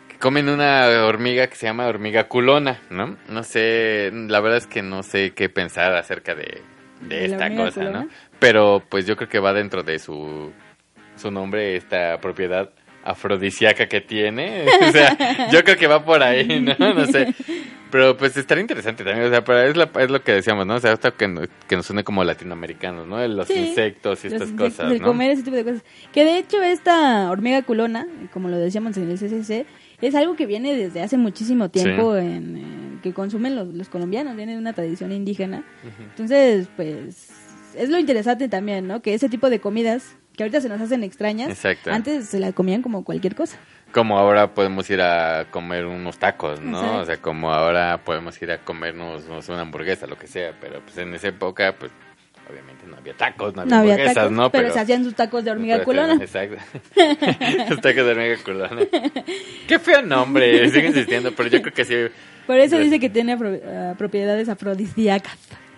que comen una hormiga que se llama hormiga culona, ¿no? No sé, la verdad es que no sé qué pensar acerca de, de
¿De la
esta
hormiga
cosa, ¿no?
culona?
Pero pues yo creo que va dentro de su, su nombre esta propiedad afrodisíaca que tiene. [LAUGHS] O sea, yo creo que va por ahí, ¿no? No sé. Pero pues estará interesante también, o sea, pero es, la- es lo que decíamos, ¿no? O sea, esto que, nos- que nos une como latinoamericanos, ¿no? Los
Sí,
insectos y
Los
estas
insectos,
cosas,
el
¿no?
comer ese tipo de cosas. Que de hecho esta hormiga culona, como lo decíamos en el CCC, es algo que viene desde hace muchísimo tiempo en, eh, que consumen los, los colombianos, viene de una tradición indígena. Entonces, pues es lo interesante también, ¿no? Que ese tipo de comidas que ahorita se nos hacen extrañas,
Exacto.
antes se la comían como cualquier cosa.
Como ahora podemos ir a comer unos tacos, ¿no?
Exacto.
O sea, como ahora podemos ir a comernos no sé, una hamburguesa, lo que sea, pero pues en esa época, pues obviamente no había tacos, no había
No había
hamburguesas,
tacos,
¿no?
pero, se hacían sus tacos de hormiga
Pero-
culona.
Exacto. [LAUGHS] Los tacos de hormiga
[LAUGHS]
culona. Qué feo nombre, sigo insistiendo, pero yo creo que sí.
Por eso
Pero-
dice que tiene afro- ah, propiedades afrodisíacas.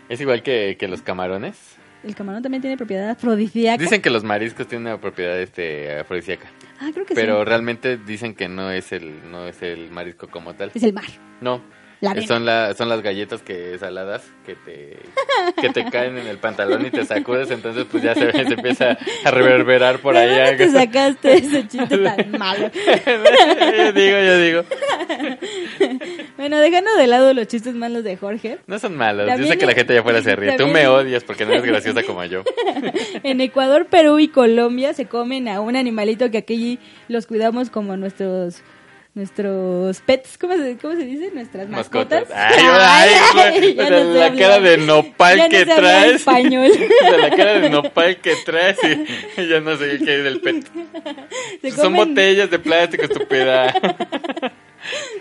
Es igual que, que los camarones.
El camarón también tiene propiedades afrodisíacas.
Dicen que los mariscos tienen una propiedad este afrodisíaca,
ah, creo que
pero
sí.
realmente dicen que no es el no es el marisco como tal.
Es el mar.
No. Eh,
La arena.
son la- son las galletas que saladas que te que
[LAUGHS]
te caen en el pantalón y te sacudes, entonces pues ya se, se empieza a reverberar por
¿De
ahí
dónde te
algo.
sacaste ese chiste tan malo?
yo [LAUGHS] digo, yo digo,
Bueno, dejando de lado los chistes malos de Jorge,
no son malos. yo
También-
sé que la gente allá afuera se ríe. Tú
también-
me odias porque no eres graciosa como
[LAUGHS]
yo.
en Ecuador, Perú y Colombia se comen a un animalito que aquí los cuidamos como nuestros nuestros pets, ¿cómo se, cómo se dice? Nuestras mascotas.
Ay, ay, güey,
ya
o sea,
no sé
la
hablar.
cara de nopal
Ya no
que
sé hablar
traes.
español.
[LAUGHS] O sea, la cara de nopal que traes y, y ya no sé qué es del pet.
Se
Son
comen-
botellas de plástico,
[LAUGHS]
estúpida.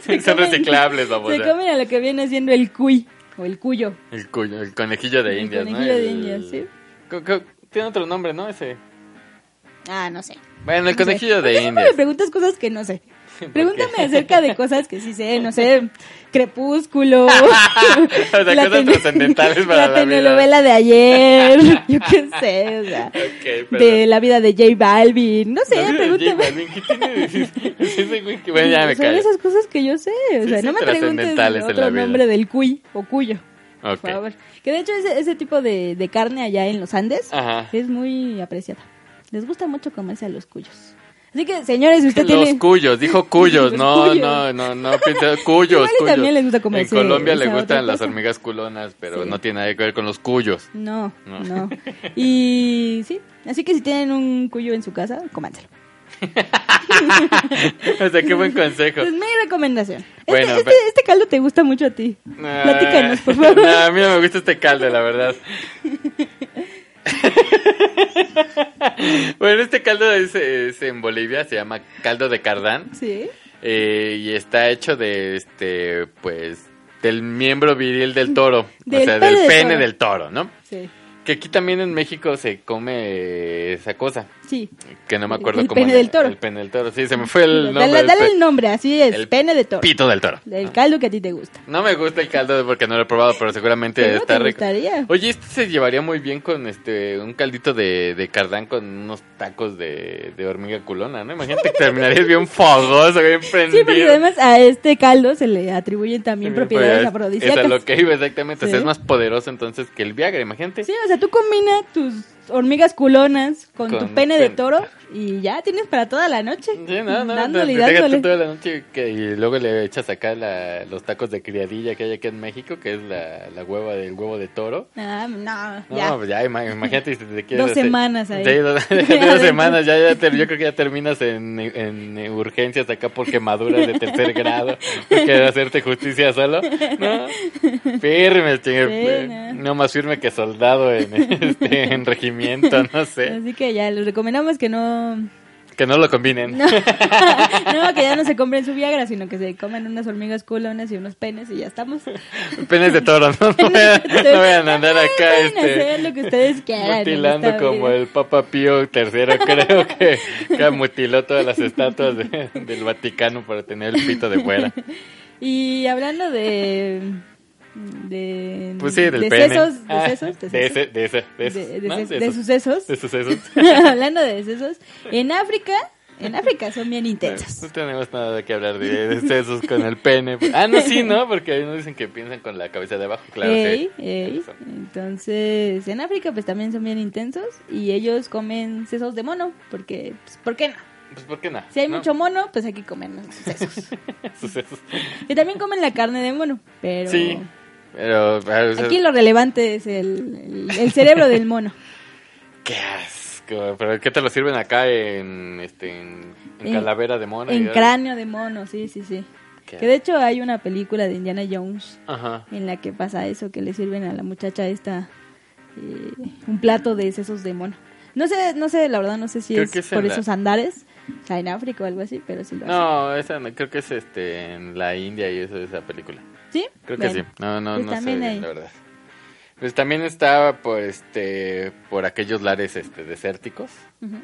se
Son [LAUGHS]
comen-
reciclables, vamos.
Se comen a lo que viene siendo el cuy. O el cuyo.
El, cuyo- el conejillo de
El
indias,
conejillo
¿no?
de indias, sí.
Co- co- Tiene otro nombre, ¿no? Ese.
Ah, no sé.
Bueno, el
No sé.
conejillo
¿Por qué
de
siempre me
indias.
preguntas cosas que no sé.
[LAUGHS] ¿Por
Pregúntame
qué?
acerca de cosas que sí sé, no
[LAUGHS]
sé, Crepúsculo. [LAUGHS]
sea, cosas
tele-
trascendentales para la vida.
telenovela
[LAUGHS]
de ayer, yo qué sé, o sea,
Ok, perdón.
de la vida de J Balvin, no sé,
No, mira,
pregúntame.
J Balvin, ¿qué tiene?
[LAUGHS]
Es ese güey que- Bueno, ya me
Son
callo.
esas cosas que yo sé, o
Sí,
sea,
sí,
no me preguntes
trascendentales en la
otro
vida.
nombre del cuy o cuyo,
Ok.
por favor. Que de hecho ese, ese tipo de, de carne allá en los Andes
Ajá.
es muy apreciada. Les gusta mucho comerse a los cuyos. Así que, señores, si usted
Los
tiene...
cuyos,
[LAUGHS]
dijo cuyos,
Los
no,
cuyos.
no, no, no, piensa- cuyos,
Igual y
cuyos.
también les gusta
En
comerse
Colombia
esa
le
otra
gustan las
cosa.
hormigas culonas, pero
Sí.
no tiene nada que ver con los cuyos. [LAUGHS]
No,
No.
no, Y sí, así que si tienen un cuyo en su casa, cómanselo.
O sea, qué buen consejo.
Es mi recomendación. Este,
Bueno,
este,
pero-
este caldo te gusta mucho a ti.
Ah, [LAUGHS]
Platícanos, por favor.
No, a mí no me gusta este caldo, la verdad. [LAUGHS] bueno, este caldo es, es en Bolivia, se llama caldo de cardán
[LAUGHS] Sí.
eh, y está hecho de, este, pues, del miembro viril del toro, o
Del
sea,
pene
del
del
pene
toro.
del toro, ¿no?
Sí.
Que aquí también en México se come esa cosa,
Sí.
que no me acuerdo
El
cómo
pene
le-
del toro.
El pene del toro, sí, se me fue el nombre.
dale,
del
dale
pe-
el nombre, así es.
el
pene de toro.
Pito del toro.
Del caldo que a ti te gusta.
No me gusta el caldo porque no lo he probado, pero seguramente
Pero
está
te
rico.
gustaría.
Oye, este se llevaría muy bien con este un caldito de, de cardán con unos tacos de, de hormiga culona, ¿no? Imagínate que terminarías bien fogoso, bien prendido.
Sí, porque además a este caldo se le atribuyen también propiedades
Es a pues, lo
afrodisíacas.
que iba exactamente. O sea,
Sí.
es más poderoso entonces que el Viagra, imagínate.
Sí, o sea, tú combina tus hormigas culonas con,
Con
tu pene de
pene.
toro y ya tienes para toda la noche.
Sí, no, no,
dándole y
te- te dejas tú
dándole.
toda la noche que- y luego le echas acá la- los tacos de criadilla que hay aquí en México, que es la, la hueva del huevo de toro.
Ah, no,
No,
ya.
pues ya, ima- imagínate si te quieres...
Dos
hacer-
semanas ahí.
Sí, dos, [LAUGHS] déjate
[LAUGHS]
dos semanas, ya, ya te- yo creo que ya terminas en, en urgencias acá por quemaduras de
[LAUGHS]
tercer grado, por querer hacerte justicia solo. No, firme, chingue,
Sí, no.
no más firme que soldado en, [LAUGHS] este, en regimiento, no sé,
Así que ya les recomendamos que no, [LAUGHS] no,
que no lo combinen.
que ya no se compren su Viagra, sino que se coman unas hormigas culonas y unos penes y ya estamos.
[LAUGHS] Penes de toro,
[LAUGHS]
¿no? No vean, no vean andar acá,
Pueden hacer
este...
lo que ustedes quieran. en
Mutilando
esta
como
vida.
el Papa Pío III, creo que, que mutiló todas las estatuas de- del Vaticano para tener el pito de fuera.
Y hablando de. de
Pues sí, del
de
pene.
Sesos, de
Ah,
sesos, de
de
sesos.
ese, de ese, de esos,
De- de
¿no?
ses-
De
de
esos.
sucesos. [LAUGHS]
De sucesos.
Hablando de sesos, en África, en África son bien
No
intensos.
tenemos nada de que hablar de, de sesos con el pene. Ah, no, sí, ¿no? Porque nos dicen que piensan con la cabeza de abajo, claro.
Ey,
sí.
ey.
Son-
Entonces, en África pues también son bien intensos y ellos comen sesos de mono, porque, pues, ¿por qué no?
Pues, ¿por qué no?
Si hay
¿No?
mucho mono, pues hay que comernos los sesos.
Sucesos.
y también comen la carne de mono, pero
Sí. Pues Pero, pero, o sea,
aquí lo relevante es el, el- el cerebro del mono.
qué asco. ¿Pero qué te lo sirven acá en, este, en, en
En-
calavera de [LAUGHS] mono?
En
y-
cráneo de mono, sí, sí, sí.
Qué
Que de hecho hay una película de Indiana Jones
Ajá.
en la que pasa eso, que le sirven a la muchacha esta eh, un plato de sesos de mono. No sé, no sé, la verdad no sé si
Creo
es,
que es en
por
la-
esos andares, o sea, en África o algo así, pero sí lo hacen.
No, esa no, creo que es este, en la India y eso, esa película.
¿Sí?
Creo que
Bueno,
sí. No, no,
pues
no sé
también
bien,
hay.
la verdad. Pues también estaba por este por aquellos lares este desérticos
Ujú.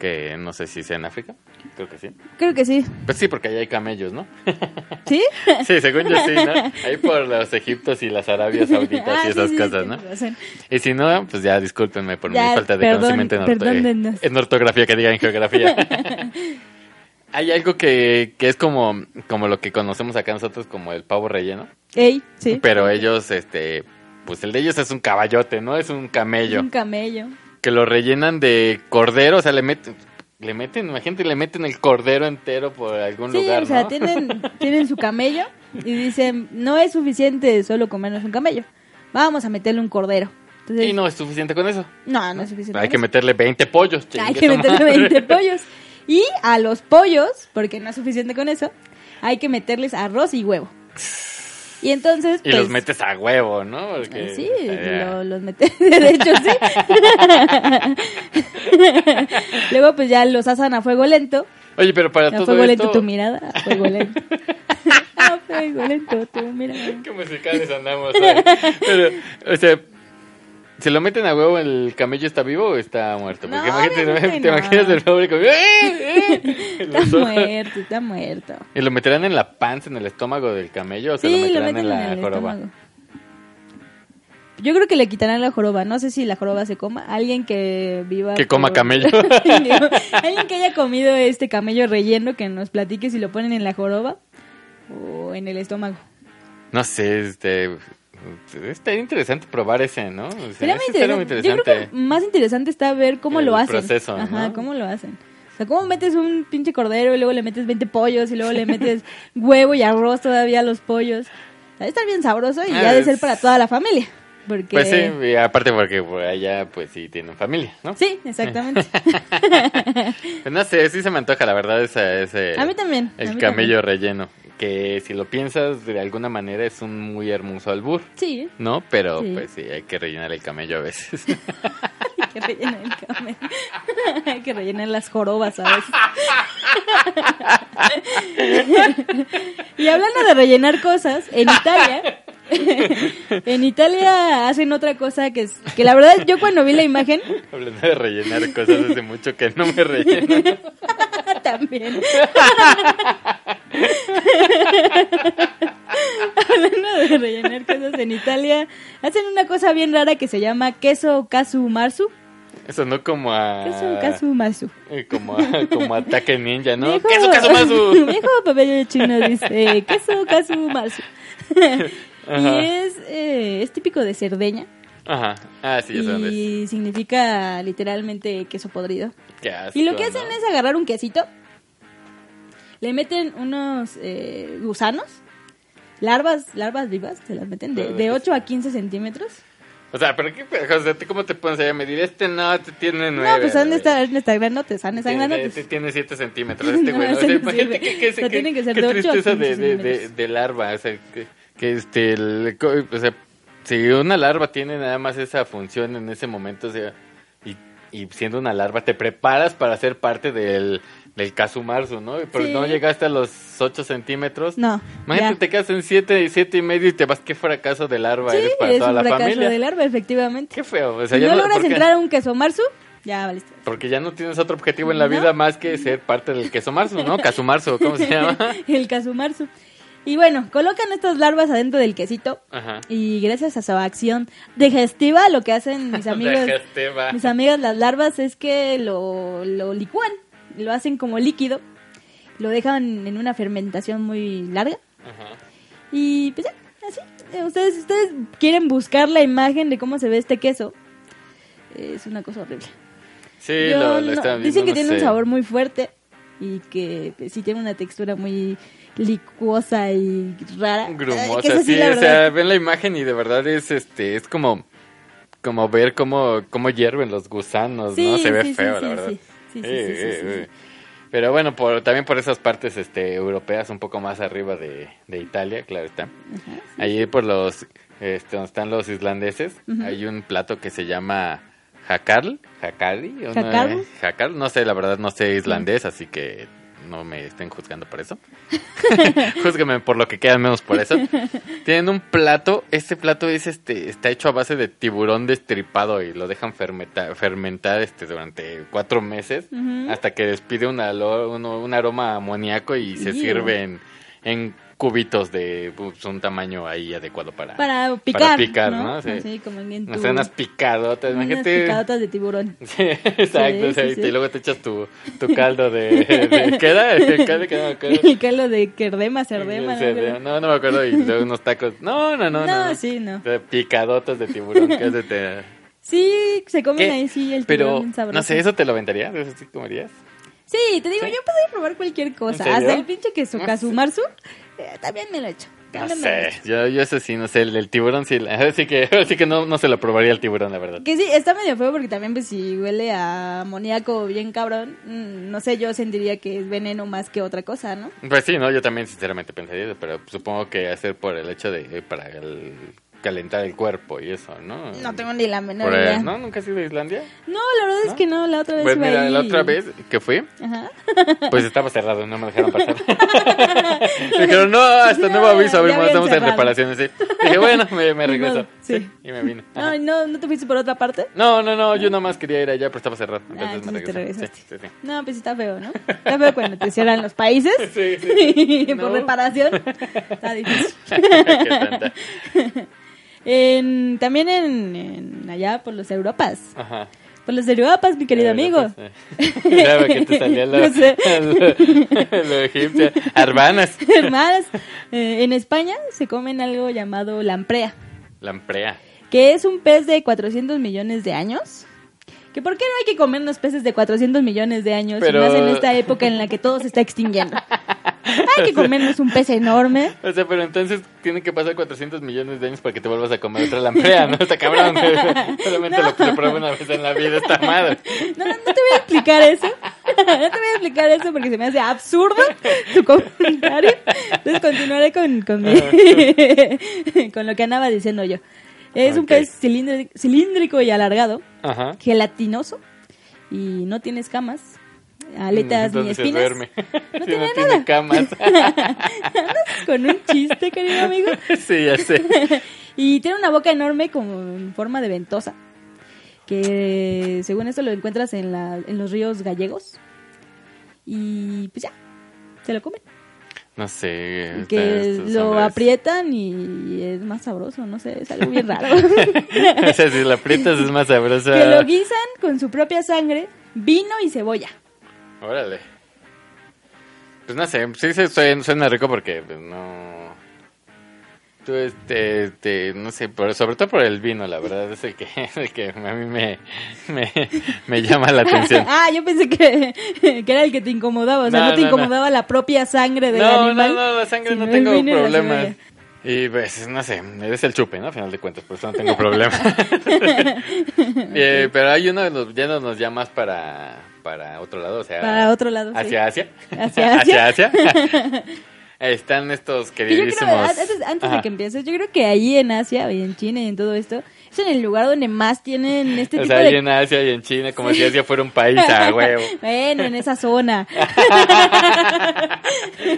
que no sé si sea en África, creo que sí.
Creo que sí.
Pues sí, porque allá hay camellos,
[LAUGHS]
¿no? [LAUGHS]
¿Sí?
Sí, según yo sí, ¿no? Ahí por los Egiptos y las Arabias Sauditas
Ah,
y
sí,
esas
sí,
cosas,
tienes
¿no?
razón.
Y si no, pues ya discúlpenme por mi
Ya,
falta de
perdón,
conocimiento en, orto-
perdónennos.
eh, en ortografía, que diga en geografía.
[LAUGHS]
hay algo que, que es como, como lo que conocemos acá nosotros como el pavo relleno.
Ey, sí.
Pero ellos, este, pues el de ellos es un caballote, ¿no? Es un camello.
Un camello.
Que lo rellenan de cordero, o sea, le meten, le meten, imagínate, le meten el cordero entero por algún
Sí,
lugar,
o sea,
¿no? [LAUGHS]
tienen, tienen su camello y dicen, no es suficiente solo comernos un camello, vamos a meterle un cordero. Entonces,
Y no es suficiente con eso.
no, no es suficiente.
Hay
con
que
eso.
meterle 20 pollos.
Hay
chingue
que
su
meterle
madre. [LAUGHS]
20 pollos. Y a los pollos, porque no es suficiente con eso, hay que meterles arroz y huevo. Y entonces,
Y
pues...
los metes a huevo, ¿no? Porque
eh, Sí,
estaría-
lo- los metes. [LAUGHS] De hecho, sí. [LAUGHS] Luego, pues ya los asan a fuego lento.
Oye, pero para
A
todo
fuego lento [LAUGHS]
esto, [LAUGHS]
tu mirada, a fuego lento. Ah, friolento, tú, mira.
Qué musicales andamos hoy. Pero, o sea, ¿se lo meten a huevo el camello está vivo o está muerto?
No,
Porque imagínate,
obviamente
te
no.
imaginas el público. ¡eh, eh!
Está
Los ojos.
muerto, está muerto.
¿Y lo meterán en la panza, en el estómago del camello o se
Sí,
lo
lo
meterán
meten
en la
en el
joroba?
estómago. Yo creo que le quitarán la joroba. No sé si la joroba se coma. Alguien que viva.
Que coma
[LAUGHS]
camello.
Digo, Alguien que haya comido este camello relleno que nos platique si lo ponen en la joroba o en el estómago.
No sé, este. Estaría interesante probar ese, ¿no? O sea,
Sería muy
ese estaría muy
interesante. Yo creo que más interesante está ver cómo
El
lo hacen.
proceso, ¿no?
Ajá, cómo lo hacen. O sea, cómo metes un pinche cordero y luego le metes 20 pollos y luego le metes huevo y arroz todavía a los pollos. Debe estar bien sabroso y
Ah,
ya de
es-
ser para toda la familia. Porque...
Pues sí, y aparte porque por allá pues sí tienen familia, ¿no?
Sí, exactamente.
Pues no sé, sí se me antoja la verdad ese, ese
A mí también. a
el
mí
camello relleno, que si lo piensas de alguna manera es un muy hermoso albur,
también. Sí,
¿no? Pero
Sí.
pues sí, hay que rellenar el camello a veces. [LAUGHS]
hay que rellenar el camello. [LAUGHS] hay que rellenar las jorobas a veces. [LAUGHS] y hablando de rellenar cosas, en Italia. [LAUGHS] en Italia hacen otra cosa que es. Que la verdad, yo cuando vi la imagen.
Hablando de rellenar cosas hace mucho que no me relleno.
ah, también. [LAUGHS] Hablando de rellenar cosas en Italia, hacen una cosa bien rara que se llama queso casu marzu.
Eso no como a
Queso casu marzu.
eh, como a- como ataque ninja, ¿no?
Viejo-
Queso
[LAUGHS]
Kazumazu.
Viejo papel chino dice, queso Kazumazu.
[LAUGHS] Ajá.
y es, eh, es típico de Cerdeña
Ajá. Ah, sí, ya sé dónde es.
y significa literalmente queso podrido.
Qué asco,
Y lo que hacen
¿no?
es agarrar un quesito, le meten unos eh, gusanos, larvas, larvas vivas, se las meten de,
Pero de
de
queso.
8 a 15 centímetros.
O sea, pero qué, pe- o sea, ¿tú ¿cómo te pones ahí a medir? Este no, este tiene nueve.
No, pues han de
güey.
estar, han de estar granotes, han de estar
Tiene-
granotes.
Este tiene 7
[LAUGHS]
centímetros, este
No,
güey. ¿no?
ese
O sea,
no sirve.
imagínate que,
O sea, tienen que ser
qué
de ocho a
tristeza de,
15
de, de,
centímetros.
de larva. O sea, que, que, este, el co- o sea, si una larva tiene nada más esa función en ese momento, o sea, y, y siendo una larva, te preparas para ser parte del, del casumarzo, ¿no? Pero
Sí.
no llegaste a los 8 centímetros.
No,
Imagínate,
ya.
te quedas en 7, 7 y medio y te vas, qué fracaso de larva
Sí,
eres para
es
toda
un
la
fracaso
familia.
de larva, efectivamente.
Qué feo. O sea,
Si
ya
no logras
porque-
entrar a un queso marzu, ya valiste.
Porque ya no tienes otro objetivo en la
No.
vida más que ser parte del queso marzo,
[LAUGHS]
¿no? Caso marzo, ¿cómo se llama?
el casumarzu. Y bueno, colocan estas larvas adentro del quesito.
Ajá.
Y gracias a su acción digestiva, lo que hacen
[LAUGHS]
mis amigos,
Dejaste, va.
mis amigas las larvas es que lo, lo licúan, lo hacen como líquido, lo dejan en una fermentación muy larga
Ajá.
y pues ya, así. Eh, Ustedes, ustedes quieren buscar la imagen de cómo se ve este queso. Es una cosa horrible.
Sí,
Yo
lo, lo
no-
estaba viendo,
dicen que
no
tiene un
sé.
sabor muy fuerte y que pues, sí tiene una textura muy licuosa y rara. Ay, que
grumosa,
eso
sí,
la
o
verdad.
sea, ven la imagen y de verdad es este, es como como ver cómo cómo hierven los gusanos,
Sí,
pues, ¿no? Se ve
sí, sí,
feo,
sí,
la verdad.
sí. Sí, sí, sí,
Eh,
sí,
eh,
sí, sí.
eh. Pero bueno, por, también por esas partes este europeas un poco más arriba de, de Italia, claro está. Ahí por los este, donde están los islandeses,
Ujú.
hay un plato que se llama jacarl, jacari, o no,
Jacarl.
eh, jacarl, no sé, la verdad no sé islandés, así que no me estén juzgando por eso. [LAUGHS] Júzguenme por lo que quedan menos por eso. Tienen un plato, este plato es este, está hecho a base de tiburón destripado y lo dejan fermenta- fermentar este durante cuatro meses
Ujú.
hasta que despide un, alo- un, un aroma amoníaco y se
Ew.
sirve en, en cubitos de pues, un tamaño ahí adecuado para,
Para picar.
picar,
¿no?
¿no? Sí.
Así como en tu-
o sea, unas picadotas,
unas
imagínate.
picadotas de tiburón.
[LAUGHS] Sí, exacto,
Sí,
o sea,
sí,
y
sí.
te- luego te echas tu, tu caldo de,
[LAUGHS]
de- ¿qué era? ¿Qué caldo? ¿Qué no me acuerdo?
El caldo de querdema, cerdema.
Sí,
¿no?
no, no me acuerdo. Y luego unos tacos. No, no, no.
No,
No,
sí, no.
De Picadotas de tiburón. que es de te-
Sí, se [LAUGHS] comen
¿Qué?
ahí, sí, el
Pero,
tiburón bien sabroso.
no sé, ¿eso te lo aventarías? ¿Eso sí comerías?
Sí, te digo,
¿Sí?
yo puedo probar cualquier cosa.
serio?
Hasta el pinche queso
No sé.
Kazumarsu, eh, también me lo he hecho.
No
También me lo he
sé,
hecho.
yo, yo eso sí, no sé, el, el tiburón sí, [LAUGHS] así que, así que no, no se lo probaría el tiburón, la verdad.
Que sí, está medio feo porque también, pues, si huele a amoníaco bien cabrón, mm, no sé, yo sentiría que es veneno más que otra cosa, ¿no?
Pues sí, no, yo también sinceramente pensaría eso, pero supongo que hacer por el hecho de, eh, para el calentar el cuerpo y eso, ¿no?
No tengo ni la menor
Por ahí-
idea.
¿No? ¿Nunca has ido a Islandia?
No, la verdad es
¿No?
que no, la otra vez
Pues
iba
mira,
ahí
la otra
y-
vez que fui, [LAUGHS]
Ajá.
pues estaba cerrado, no me dejaron
[LAUGHS]
pasar. [LAUGHS] Dijeron, no, hasta nuevo aviso, a ver,
Ya habían
estamos en
cerrado.
reparaciones. sí. Dije, bueno, me, me
[LAUGHS] Ni
regreso.
modo,
Sí.
sí.
Y me vine. Ajá.
Ay, no, ¿no te fuiste por otra parte?
No, no, no, yo nomás quería ir allá, pero estaba cerrado. Entonces
Ah,
me
entonces te
regresé.
regresaste.
Sí, sí, sí.
No, pues sí está feo, ¿no? Está feo cuando te cierran los países.
Sí,
[LAUGHS]
sí,
por
No. [LAUGHS]
reparación. Está difícil. [LAUGHS]
Qué tonta.
En- también en, en allá por los Europas.
Ajá.
Por los Europas, mi querido
Eh,
amigo.
pues, eh. Ya ve que te salía
[LAUGHS]
lo,
No sé.
[LAUGHS] lo- lo egipcio. Arbanas.
[LAUGHS] Hermanas, eh, en España se comen algo llamado lamprea,
Lamprea.
que es un pez de 400 millones de años. ¿Que ¿Por qué no hay que comer unos peces de 400 millones de años? y
Pero-
más en esta época en la que todo se
[LAUGHS]
está extinguiendo. Hay que comernos un pez enorme.
O sea, pero entonces tienen que pasar 400 millones de años para que te vuelvas a comer otra lamprea, ¿no? Está
[LAUGHS]
cabrón. [LAUGHS] Solamente lo, lo probé una vez en la vida, esta madre.
No, no, no te voy a explicar eso. No te voy a explicar eso porque se me hace absurdo tu comentario. Entonces continuaré con, con, mi- [LAUGHS] con lo que andaba diciendo yo. Es un
Ok.
pez cilindri- cilíndrico y alargado,
Ajá.
gelatinoso y no tiene escamas, aletas ni
Entonces se
espinas.
duerme.
No
Si
tiene
no tiene
nada.
camas.
[LAUGHS]
[LAUGHS]
Con un chiste, querido amigo.
sí, ya sé.
Y tiene una boca enorme con forma de ventosa. Que según esto lo encuentras en, la, en los ríos gallegos. Y pues ya, se lo comen.
No sé.
que
estos
lo
hombres.
aprietan y es más sabroso, no sé, es algo bien raro.
[LAUGHS] o sea, si la aprietas es más sabrosa.
que lo guisan con su propia sangre, vino y cebolla.
Órale. Pues no sé, sí se suena, suena rico porque pues, no... Tú, este, este, no sé, por- sobre todo por el vino, la verdad, es el que, [LAUGHS] el que a mí me, me, me llama la atención.
[LAUGHS] ah, yo pensé que, [LAUGHS] que era el que te incomodaba, o sea,
No,
no, te
no, no.
incomodaba la propia sangre del
No, no,
animal.
no, la sangre no
sino el
tengo
vino y la
problemas.
cebolla.
Y pues, no sé, es el chupe, ¿no? A final de cuentas, por eso no tengo
[LAUGHS]
problema. Eh, pero hay uno de los nos ya más para, para otro lado, o sea...
Para otro lado. sí.
Hacia Asia. [LAUGHS]
Hacia Asia. [LAUGHS]
Asia. Están estos
Que yo creo,
queridísimos.
antes, antes de
Ajá.
que empieces, yo creo que ahí en Asia y en China y en todo esto, es en el lugar donde más tienen este
o
tipo
sea, ahí
de...
en Asia y en China, como si Asia fuera un país
[LAUGHS]
a huevo.
Bueno, en
[LAUGHS]
esa zona. [LAUGHS]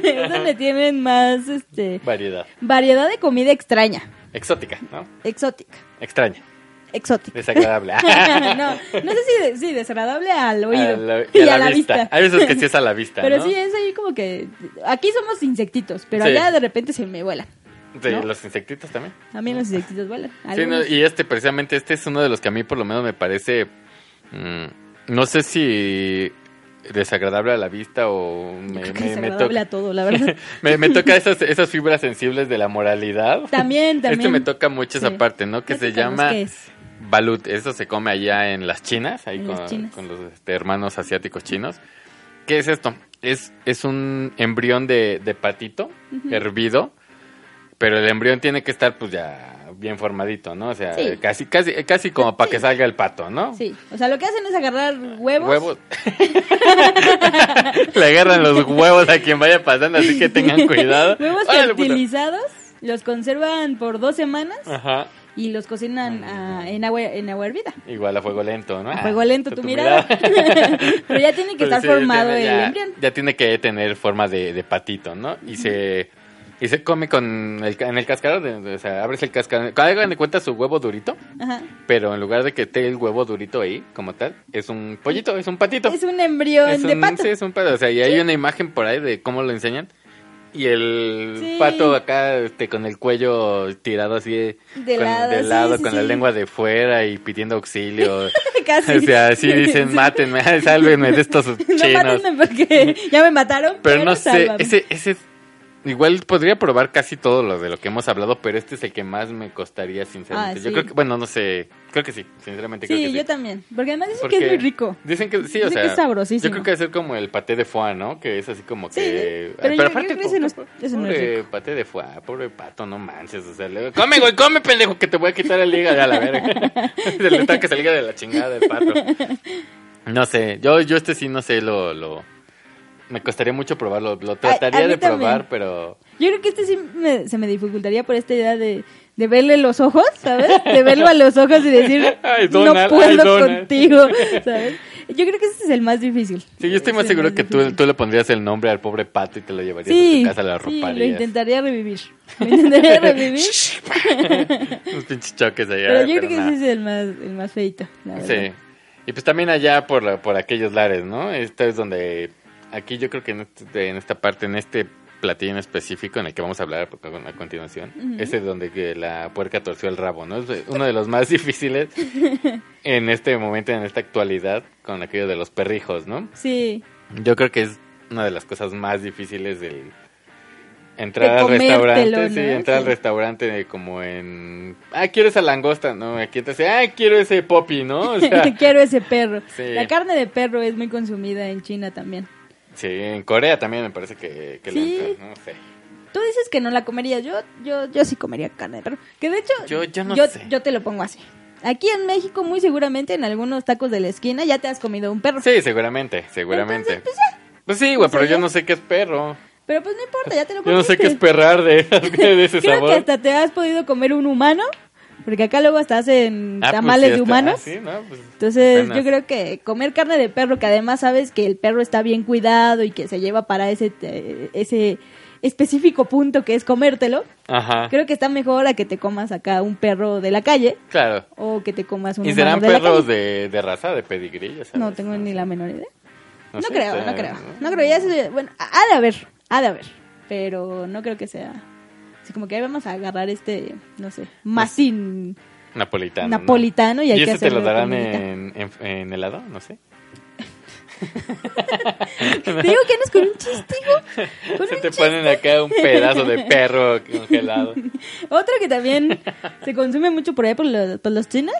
es donde tienen más este
Variedad.
variedad de comida extraña,
Exótica, ¿no?
exótica,
Extraña. [LAUGHS]
exótica. [LAUGHS]
Desagradable.
no, no sé si, de- sí, desagradable al
[LAUGHS]
oído
A la-
[LAUGHS] y a la vista.
Hay veces que sí es a la vista.
Pero
¿no?
sí, es ahí como que... Aquí somos insectitos, pero
Sí.
allá de repente se me vuelan.
Sí,
¿no?
Los insectitos también.
A mí los insectitos vuelan.
Sí, no,
algunos.
y este, precisamente, este es uno de los que a mí por lo menos me parece, mm, no sé si desagradable a la vista o me,
Creo que
me- me
desagradable
toca,
a todo, la
[LAUGHS]
verdad.
me, me
[LAUGHS]
toca esas, esas fibras sensibles de la moralidad.
También, también.
Este me toca mucho
Sí.
esa parte, ¿no? Que se
Platícanos,
llama
¿qué es?
balut. Eso se come allá en las chinas, ahí
En
con,
las chinas.
con los este, hermanos asiáticos chinos. ¿Qué es esto? Es, es un embrión de, de patito hervido, pero el embrión tiene que estar pues ya bien formadito, ¿no? O sea,
Sí.
casi, casi, casi como para que salga el pato, ¿no?
Sí, o sea, lo que hacen es agarrar huevos. [LAUGHS]
[LAUGHS] Le agarran los huevos a quien vaya pasando, así que tengan cuidado.
[LAUGHS] Huevos
Órale, puto.
fertilizados, los conservan por dos semanas
Ajá.
y los cocinan ah, en, agua, en agua hervida.
Igual a fuego lento, ¿no?
A
Ah,
fuego lento,
tu-
tu
tu
mirada. [LAUGHS] Pero ya tiene que
Pues
estar
sí,
formado
tiene-
el
ya-
embrión.
Ya tiene que tener forma de, de patito, ¿no? Y se y se come con el, ca- en el cascarón, de- de- o sea, abres el cascarón. Hagan de cuenta su huevo durito,
Ajá.
pero en lugar de que esté el huevo durito ahí, como tal, es un pollito, es un patito.
Es un embrión
Es
de
un-
pato.
sí, es un pato. O sea, y hay una imagen por ahí de cómo lo enseñan. Y el
Sí.
pato acá este, con el cuello tirado así
De
con,
lado, sí,
lado,
sí,
con la
sí.
lengua de fuera y pidiendo
[LAUGHS]
auxilio.
[LAUGHS] Casi.
[LAUGHS] O sea, así
[LAUGHS]
dicen, mátenme, [LAUGHS] sálvenme de estos
No
chinos.
mátenme porque ya me mataron.
Pero no sé,
sálvame.
ese, ese, igual podría probar casi todo lo de lo que hemos hablado, pero este es el que más me costaría, sinceramente.
Ah,
Yo
sí.
creo que, bueno, no sé, creo que sí, sinceramente creo que
Sí,
sí.
yo también. Porque además dicen
Porque
que es muy rico.
Dicen que sí, o
Dicen
sea.
que es sabrosísimo.
Yo creo que debe ser como el paté de foie, ¿no? Que es así como
Sí,
que.
pero yo- yo creo que ese no es-
pobre,
ese no es
pobre paté de foie, pobre pato, no manches. O sea, le- come, güey, come, pendejo, que te voy a quitar el hígado a la
[LAUGHS]
verga. [LAUGHS] Se le está que se el hígado de la chingada del pato. No sé, yo, yo este sí no sé, lo. lo me costaría mucho probarlo, lo trataría
mí
de probar,
también.
pero
Yo creo que este sí me- se me dificultaría por esta idea de, de verle los ojos, ¿sabes? De verlo a los ojos y decir,
[LAUGHS] Ay,
no
Donald, ay,
puedo
Donald".
contigo, ¿sabes? Yo creo que ese es el más difícil.
Sí, yo estoy
Es
más
el
seguro que tú,
difícil.
tú le pondrías el nombre al pobre pato y te lo llevarías
Sí,
a tu casa, la
sí, lo
roparías.
intentaría revivir.
[LAUGHS]
Lo intentaría revivir. [LAUGHS]
Unos pinches choques allá.
pero yo creo
pero
que
nada.
ese es el más, el más feito, la verdad.
Sí. Y pues también allá por, la- por aquellos lares, ¿no? Esta es donde, aquí yo creo que en, este- en esta parte, en este platillo en específico en el que vamos a hablar a a continuación, ese es donde que la puerca torció el rabo, ¿no? Es uno de los más [LAUGHS]
[LAUGHS]
difíciles en este momento, en esta actualidad, con aquello de los perrijos, ¿no? [LAUGHS]
Sí. [LAUGHS]
Yo creo que es una de las cosas más difíciles del entrar
De
al
comértelo,
restaurante, sí,
¿no?
entrar
Sí.
al restaurante de como en ah quiero esa langosta, no, aquí te dice, ah quiero ese poppy, ¿no? O
[LAUGHS]
sea,
Quiero ese perro.
Sí.
La carne de perro es muy consumida en China también.
sí, en Corea también me parece que, que le
Sí.
entran, no sé.
Tú dices que no la comería. Yo, yo, yo sí comería carne de perro. Que de hecho,
Yo- yo no sé.
yo te lo pongo así. Aquí en México, muy seguramente, en algunos tacos de la esquina, ya te has comido un perro.
Sí, seguramente, seguramente.
Entonces, pues, ya.
pues sí, güey,
o sea,
pero yo
ya-
no sé qué es perro.
Pero pues no importa, ya te lo
Yo no sé qué es
comiste.
perrar
[LAUGHS]
de, de ese
Creo
sabor. Ah,
que hasta te has podido comer un humano. Porque acá luego hasta hacen
Ah, pues
tamales
sí,
de
hasta-
humanos.
ah, sí, no, pues,
Entonces,
apenas.
yo creo que comer carne de perro, que además sabes que el perro está bien cuidado y que se lleva para ese, eh, ese específico punto que es comértelo,
Ajá.
creo que está mejor a que te comas acá un perro de la calle
Claro.
o que te comas un
¿Y
humano
serán
de la
perros
calle.
de, de raza, de pedigrí? ya sabes,
No tengo ni la menor idea. No,
sé,
creo,
o sea,
no creo. No creo, ya se- Bueno, ha de haber, ha de haber. Pero no creo que sea... Así como que ahí vamos a agarrar este, no sé,
[LAUGHS]
masín
Napolitano. ¿no?
napolitano y hay
¿Y
que
ese te lo
hacerlo
darán
con humita.
en, en, en helado? No sé.
Te digo que andas con un chistigo. Con
Se
un
te ponen acá un pedazo de perro
[LAUGHS]
congelado.
Otro que también se consume mucho por ahí por los, por los chinos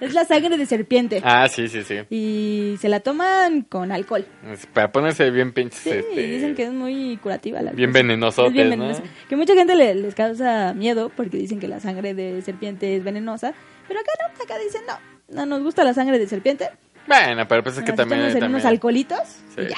es la sangre de serpiente.
Ah, sí, sí, sí.
Y se la toman con alcohol.
Es Para ponerse bien pinches.
Sí,
este,
y dicen que es muy curativa la
Bien
cosa.
venenosotes,
Es bien
¿no?
venenosa. Que mucha gente le- les causa miedo porque dicen que la sangre de serpiente es venenosa. Pero acá no, acá dicen no. No nos gusta la sangre de serpiente.
Bueno, pero pues es que
nos
también.
echamos en
también-
unos alcoholitos
Sí.
y ya.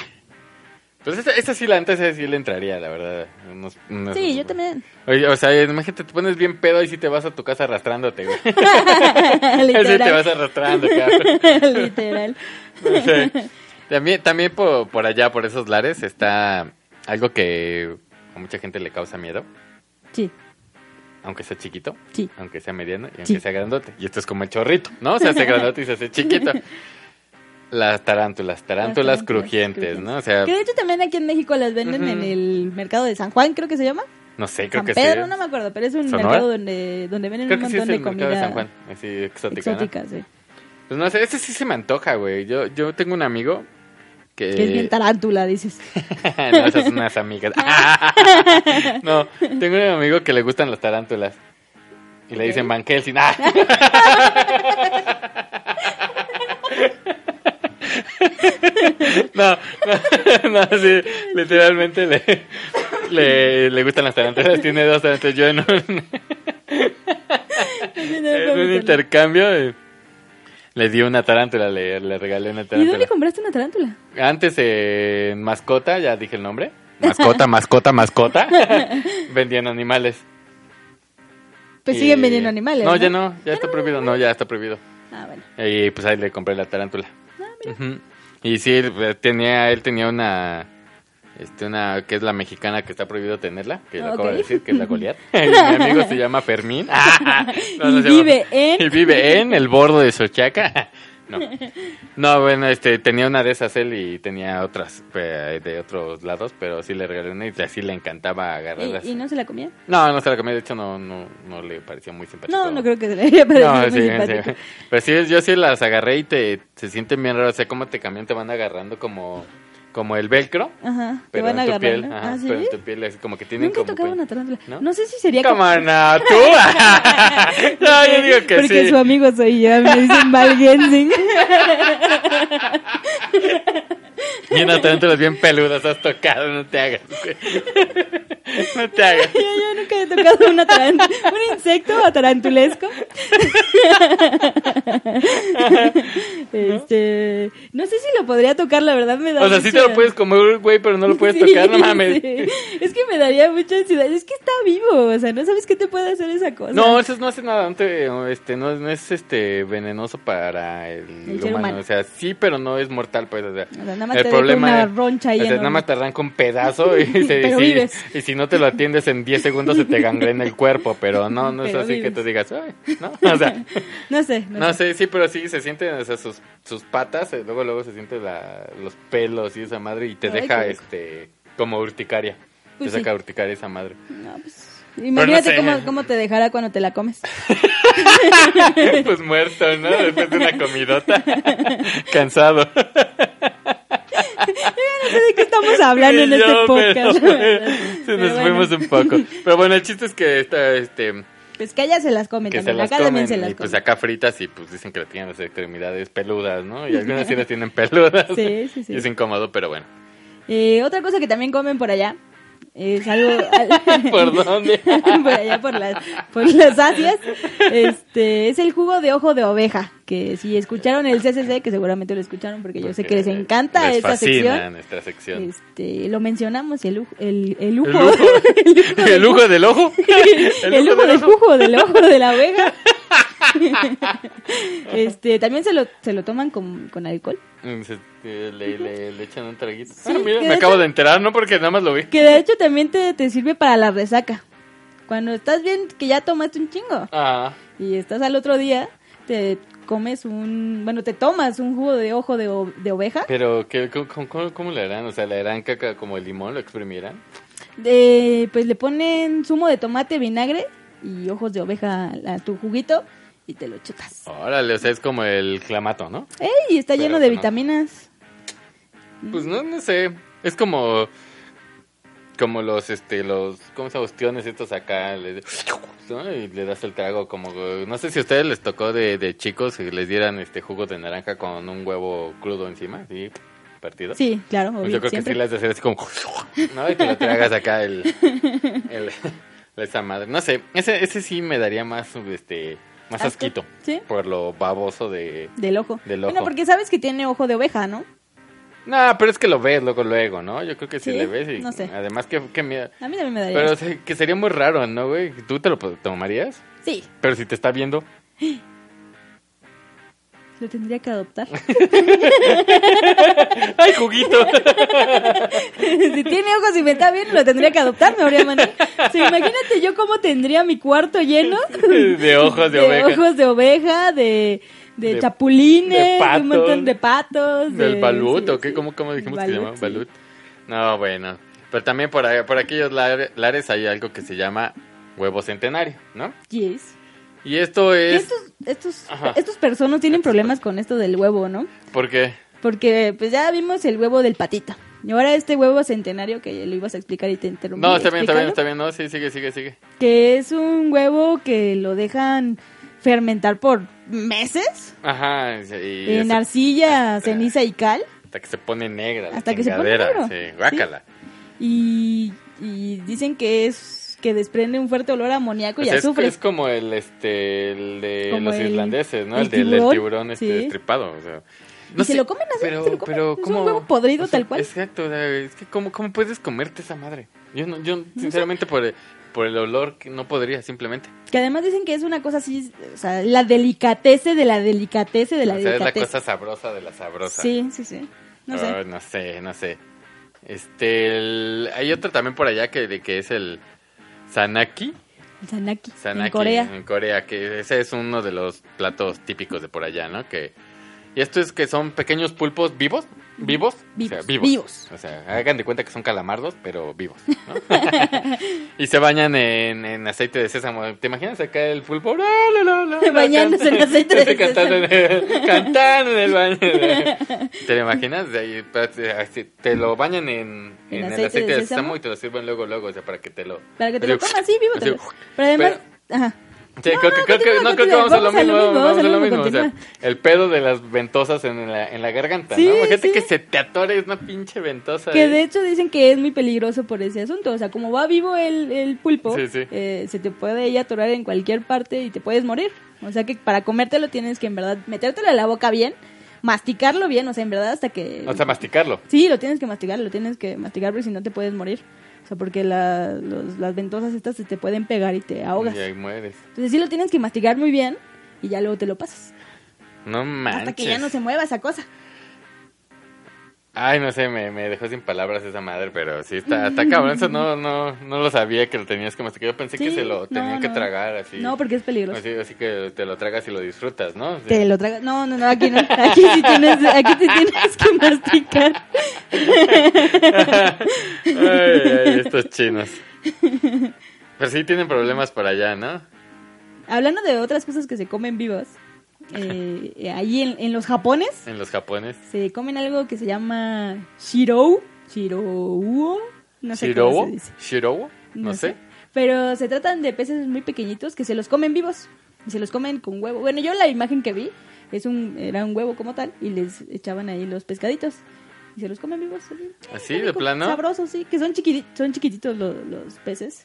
Pues esta, esta sí, la antes sí le entraría, la verdad. Unos- unos-
Sí, yo
[LAUGHS]
también. [LAUGHS]
Oye, o sea, imagínate, te pones bien pedo y si te vas a tu casa arrastrándote,
[LAUGHS]
güey. [LAUGHS] Ahí sí
Literal.
te vas arrastrando, cabrón.
[LAUGHS] Literal.
También, también por, por allá, por esos lares, está algo que a mucha gente le causa miedo,
Sí.
aunque sea chiquito,
Sí.
aunque sea mediano y aunque
Sí.
sea grandote. Y esto es como el chorrito, ¿no? Se hace grandote y se hace chiquito. Las tarántulas, tarántulas,
Las tarántulas
crujientes, ¿no? O sea,
Que de hecho también aquí en México las venden en
Eh, Ujú.
el mercado de San Juan, creo que se llama.
no sé, creo
San
que
Pedro,
sí.
no me acuerdo, pero es un
¿Sonora?
mercado donde, donde venden
Creo
un
que sí
montón
es
de
el
comida
mercado de San Juan, así exótica, ¿no?
exótica, sí.
Pues no sé, ese sí se me antoja, güey. Yo, yo tengo un amigo que...
Que es bien tarántula, dices.
[LAUGHS] no, esas son unas amigas. [LAUGHS] no, tengo un amigo que le gustan las tarántulas. Y le dicen Van Helsing. [LAUGHS] ¡Ah! no, no, [LAUGHS] no, sí, literalmente le, le, le gustan las tarántulas. Tiene dos tarántulas. Yo en un, en un intercambio eh, le di una tarántula, le, le regalé una
¿Y
tarántula.
dónde compraste una tarántula?
Antes eh, en mascota, ya dije el nombre. Mascota, mascota, [LAUGHS] mascota. Vendían animales.
Pues
Y-
siguen vendiendo animales.
Eh, No,
No,
ya no, ya está prohibido. No, ya está prohibido.
Ah, bueno.
Y pues ahí le compré la tarántula.
Ah,
Ujú. Y sí, él, eh, tenía, él tenía una. Este, una que es la mexicana que está prohibido tenerla, que lo acabo
Ok.
de decir, que es la
[LAUGHS]
Goliat. [LAUGHS] Mi amigo se llama Fermín. [LAUGHS] No, no
Y
se llama-
vive en-
Y vive en el bordo de Sochaca. [LAUGHS]
[LAUGHS]
No. No, bueno, este, tenía una de esas él y tenía otras eh, de otros lados, pero sí le regalé una y así le encantaba agarrarlas.
¿Y, y no se la comía?
No, no se la comí, de hecho no, no, no le pareció muy simpático.
No, no creo que se la [LAUGHS] haya parecido
Pues No,
muy
sí,
simpático.
sí. Pero sí, yo sí las agarré y te, se sienten bien raros. O sea, como te cambian, te van agarrando como, como el velcro.
Ajá, te
Pero
van
en
a
tu
agarrar,
piel,
¿no?
ajá,
Ah, ¿sí?
pero en tu piel es como que tienen
Nunca he
como
tocado
pe- [LAUGHS]
una tarántula.
¿No?
¿No? sé si sería
¿Cómo
como-
no? ¿Tú?
[LAUGHS]
no, yo digo que
Porque
sí.
su amigo soy yo, me
[LAUGHS]
dicen Val [LAUGHS] Gensing.
[LAUGHS] Y no, te las bien peludas has tocado, no te hagas. güey. No te
[LAUGHS]
hagas.
Yo, yo nunca he tocado una taran- un
[LAUGHS]
insecto atarantulesco. Este, no sé si lo podría tocar, la verdad me da
O sea, sí te
mucha-
lo puedes comer, güey, pero no lo puedes
[LAUGHS] Sí,
tocar, no mames.
sí. Es que me daría mucha ansiedad. Es que está vivo, o sea, no sabes qué te puede hacer esa cosa.
No, eso no hace nada, no, te- este, no, no es este venenoso para el,
El ser
humano.
humano.
O sea, sí, pero no es mortal, pues. O sea,
O sea, nada más
el
te deja
problema
una
es-
roncha ahí
o sea,
enorme.
nada más te arranca un
[LAUGHS]
pedazo y, se-
Pero
sí,
vives.
y si no te lo atiendes en 10 segundos se te gangrena el cuerpo, pero no, no
Pero
es así que
vives.
tú digas, "Ay", ¿no? O sea,
No sé, [LAUGHS] no,
no
sé.
sé, sí, pero sí, se sienten, o sea, sus, sus patas, eh, luego luego se sienten la- los pelos y esa madre y te
Ay,
deja,
qué rico.
este, como urticaria.
Pues
te
sí.
saca urticaria esa madre.
No, pues, imagínate
sé.
cómo, cómo te dejará cuando te la comes. [LAUGHS]
[LAUGHS] Pues muerto, ¿no? Después de una
[LAUGHS]
comidota. Cansado.
No sé de qué estamos
[LAUGHS]
hablando en
Y
este
yo, pero,
podcast.
se
[LAUGHS] Pero
nos
bueno,
fuimos un poco. Pero bueno, el chiste es que esta, este,
Pues que allá se las comen
que se
también.
las
acá
comen
también se las
y pues
comen.
acá fritas y pues dicen que le tienen las extremidades peludas, ¿no? Y algunas sí las tienen peludas.
Sí, sí, sí.
Y es incómodo, pero
[LAUGHS]
bueno.
Eh, otra cosa que también comen por allá es algo. al-
[LAUGHS] ¿Por dónde?
[LAUGHS] por allá por las por las Asias este es el jugo de ojo de oveja que si escucharon el CCC que seguramente lo escucharon porque yo sé que les encanta
les
esta
fascina
sección
nuestra sección. [LAUGHS]
este lo mencionamos el uj- el el
El
ujo
lujo, el
[LAUGHS] del-
lujo del ojo. [LAUGHS]
el
lujo
ujo del jugo [LAUGHS] del ojo de la oveja este también se lo se lo toman con, con alcohol
Mm, se- eh, Le, le- le echan un traguito.
Sí,
Ah, mira,
que
me
de
acabo
hecho-
de enterar, ¿no? Porque nada más lo vi.
que de hecho también te, te sirve para la resaca cuando estás bien que ya tomaste un chingo
Ah,
y estás al otro día, te comes un, bueno, te tomas un jugo de ojo de, o- de oveja,
pero ¿qué, cómo, cómo- cómo le harán? O sea, ¿le harán caca como el limón? ¿Lo exprimirán?
de- pues le ponen zumo de tomate, vinagre y ojos de oveja a tu juguito y te lo chutas.
Órale, o sea, es como el clamato, ¿no?
¡Ey! Está
Pero
lleno de
no.
vitaminas.
Pues no, no sé. Es como. Como los, este, los. ¿Cómo se llama? Ostiones estos acá. le- ¿no? Y le das el trago como. No sé si a ustedes les tocó de, de chicos que les dieran este jugo de naranja con un huevo crudo encima, así, partido.
Sí, claro,
Pues
obvio,
yo creo
siempre.
que sí las de hacer así como. ¿No? Y que lo tragas acá el. [LAUGHS] el- esa madre. No sé. Ese, ese sí me daría más. Este, más
Asco.
asquito.
Sí.
Por lo baboso de.
Del ojo.
Del
Bueno,
ojo.
porque sabes que tiene ojo de oveja, ¿no?
No, pero es que lo ves luego, luego, ¿no? Yo creo que si
Sí,
le ves y.
no sé.
Además, que, que miedo.
A mí también me daría.
Pero o
asco.
sea, que sería muy raro, ¿no, güey? ¿Tú te lo po- tomarías?
Sí,
Pero si te está viendo.
lo tendría que adoptar. [LAUGHS]
¡Ay, juguito! [LAUGHS]
si tiene ojos y me está bien, lo tendría que adoptar, me habría mandado. O sea, imagínate yo cómo tendría mi cuarto lleno
De ojos de oveja.
ojos de oveja, de, de,
De-
chapulines,
de
de,
patos.
un montón de patos. de-
Del balut,
sí,
¿o qué?
sí.
¿Cómo, cómo dijimos que se
Balut,
llamaba?
sí.
Balut. No, bueno. Pero también por, ahí- por aquellos lar- lares hay algo que se llama huevo centenario, ¿no?
Yes.
Y esto es.
Estos, estos,
Ajá.
estos personas tienen
Estos
problemas con esto del huevo, ¿no?
Porque.
Porque pues ya vimos el huevo del patita. Y ahora este huevo centenario que lo ibas a explicar y te interrumpí.
No, está bien, está bien,
Explícalo.
está bien. No, sí, sigue, sigue, sigue.
Que es un huevo que lo dejan fermentar por meses
Ajá. y- y
en
ese-
arcilla,
Ah.
ceniza y cal.
Hasta que se pone negra. la
Hasta que se pone
chingadera,
negro.
Sí, guácala.
Y, y dicen que es que desprende un fuerte olor a amoníaco
Pues
y
es,
azufre.
es como el este el de
Como
los
el-
irlandeses, ¿no? El,
el
del el
tiburón,
tiburón este
sí.
destripado, o sea.
Y se lo comen así, se lo comen. Es un huevo podrido tal cual.
Exacto, o sea, es que cómo, cómo puedes comerte esa madre. Yo no, yo sinceramente por el, por el olor que no podría simplemente.
Que además dicen que es una cosa así, o sea, la delicatece de la delicatece de la
o sea, es la
delicatece.
cosa sabrosa de la sabrosa. Ah,
Sí, sí, sí. No sé.
Ay, no sé, no sé. Este, el- hay otro también por allá que, de, que es el sanaki.
El Sanaki,
Sanaki,
en Corea.
En Corea, que ese es uno de los platos típicos de por allá, ¿no? Que, y esto es que son pequeños pulpos vivos, vivos,
Vivos,
o sea, vivos.
vivos.
O sea, hagan de cuenta que son calamardos, pero vivos, ¿no?
[LAUGHS]
y se bañan en, en aceite de sésamo. ¿Te imaginas acá el pulpo? La, la, la, la, la,
[LAUGHS] Bañándose en
canta-
aceite de
Sí, [LAUGHS] cantando en el- cantando en el baño.
[LAUGHS]
¿Te lo imaginas? De ahí, espérate, así, te lo bañan en,
En
en el
aceite
aceite
de
de
sésamo.
sésamo y te lo sirven luego, luego, o sea, para que te lo...
Para que te lo comas, sí, vivo. te
así,
lo- Pero además, ajá.
Sí, creo que, creo que- no,
continúa,
creo que
continúa.
vamos a lo mismo. Vamos a lo mismo. o
continúa.
sea, el pedo de las ventosas en la, en la garganta,
Sí,
¿no? Imagínate
sí.
que se te atore una pinche ventosa.
Que
ahí.
de hecho dicen que es muy peligroso por ese asunto. O sea, como va vivo el, el pulpo,
Sí, sí.
eh, se te puede ahí atorar en cualquier parte y te puedes morir. O sea, que para comértelo tienes que en verdad metértelo en la boca bien, masticarlo bien, o sea, en verdad hasta que...
O sea, masticarlo.
sí, lo tienes que masticar, lo tienes que masticar porque si no te puedes morir. O sea, porque la- los- las ventosas estas se te pueden pegar y te ahogas.
Y ahí mueres.
Entonces sí lo tienes que masticar muy bien y ya luego te lo pasas.
No manches.
Hasta que ya no se mueva esa cosa.
Ay, no sé, me, me dejó sin palabras esa madre, pero sí está,
Mm.
está cabrón. Eso no, no, no lo sabía que lo tenías que masticar. Yo pensé que
Sí,
se lo
no,
tenían que
no.
tragar así.
No, porque es peligroso.
Así, así que te lo tragas y lo disfrutas, ¿no? Sí. [LAUGHS]
Te lo tragas. No, no, no, aquí no. Aquí sí tienes, aquí te tienes que masticar.
Ay, ay, estos
[LAUGHS]
chinos. Pero sí tienen problemas por allá, ¿no?
Hablando de otras cosas que se comen vivas, eh, eh, ahí en, en los japones
En los japones.
se comen algo que se llama shirou. Shirou. No sé cómo
¿Shirowo?
se dice.
¿Shirowo? No, sé.
Pero se tratan de peces muy pequeñitos que se los comen vivos. Y se los comen con huevo. Bueno, yo la imagen que vi es un, era un huevo como tal y les echaban ahí los pescaditos. Y se los comen vivos. así.
¿Así,
Qué
de
rico,
plano?
Sabrosos, sí. Que son, chiquiti- son chiquititos lo- los peces.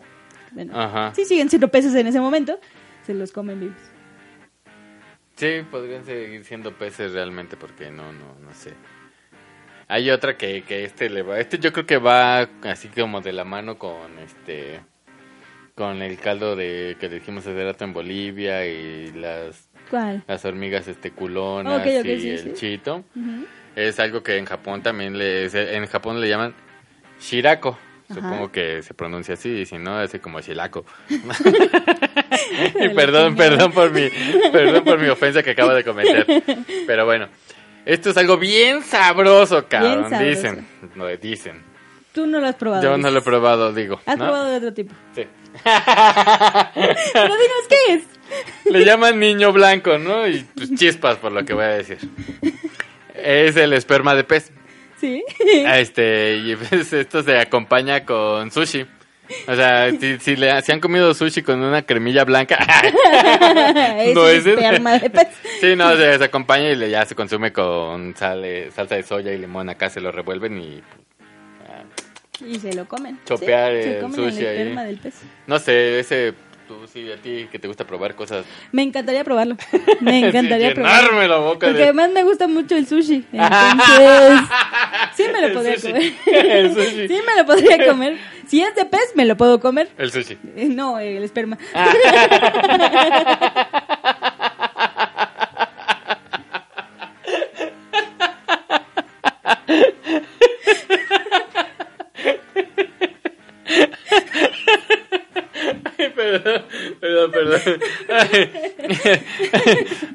Bueno,
Ajá.
sí siguen siendo peces en ese momento. Se los comen vivos.
Sí, podrían seguir siendo peces realmente porque no, no, no sé. Hay otra que, que este le va, este yo creo que va así como de la mano con este, con el caldo de que dijimos hace rato en Bolivia y las,
¿Cuál?
las hormigas este culonas
Ok, ok,
y
sí,
el
sí.
chito.
Ujú.
Es algo que en Japón también le, se- en Japón le llaman shirako.
Ajá.
Supongo que se pronuncia así, y si no, hace como
[LAUGHS]
shirako.
Pero
[LAUGHS] Y
la
perdón,
chingada.
perdón por mi, perdón por mi ofensa que acabo de cometer. Pero bueno, esto es algo bien sabroso, cabrón.
sabroso.
Dicen, no, dicen.
Tú no lo has probado.
Yo no lo he
dices.
probado, digo.
Has
¿no?
probado de
[LAUGHS]
otro tipo. [LAUGHS]
Sí.
Pero dinos qué es.
Le llaman niño blanco, ¿no? Y pues, chispas por lo que voy a decir. Es el esperma de pez.
Sí.
Ah, Este, y pues, esto se acompaña con sushi. O sea, si, si le, si han comido sushi con una cremilla blanca, [LAUGHS] [LAUGHS]
[LAUGHS]
no es ese.
un esperma
[LAUGHS]
de pez.
sí, no, se, se acompaña y le, ya se consume con sale, salsa de soya y limón. Acá se lo revuelven y
Y se lo comen.
Chopear
Sí,
el
se comen
sushi
el
ahí.
esperma del pez.
no sé, ese, tú sí, a ti que te gusta probar cosas.
Me
[LAUGHS]
encantaría probarlo. Me
Sí, [LAUGHS]
encantaría probarlo.
llenarme la boca
Porque
de-
además me gusta mucho el
[LAUGHS]
sushi. Entonces, sí me lo
El
podría
sushi.
comer.
[LAUGHS] El sushi.
Sí me lo podría comer. Si es de pez, me lo puedo comer.
El sushi.
Eh, No, el esperma.
Ah. Ay, perdón, perdón, perdón. Ay, [LAUGHS]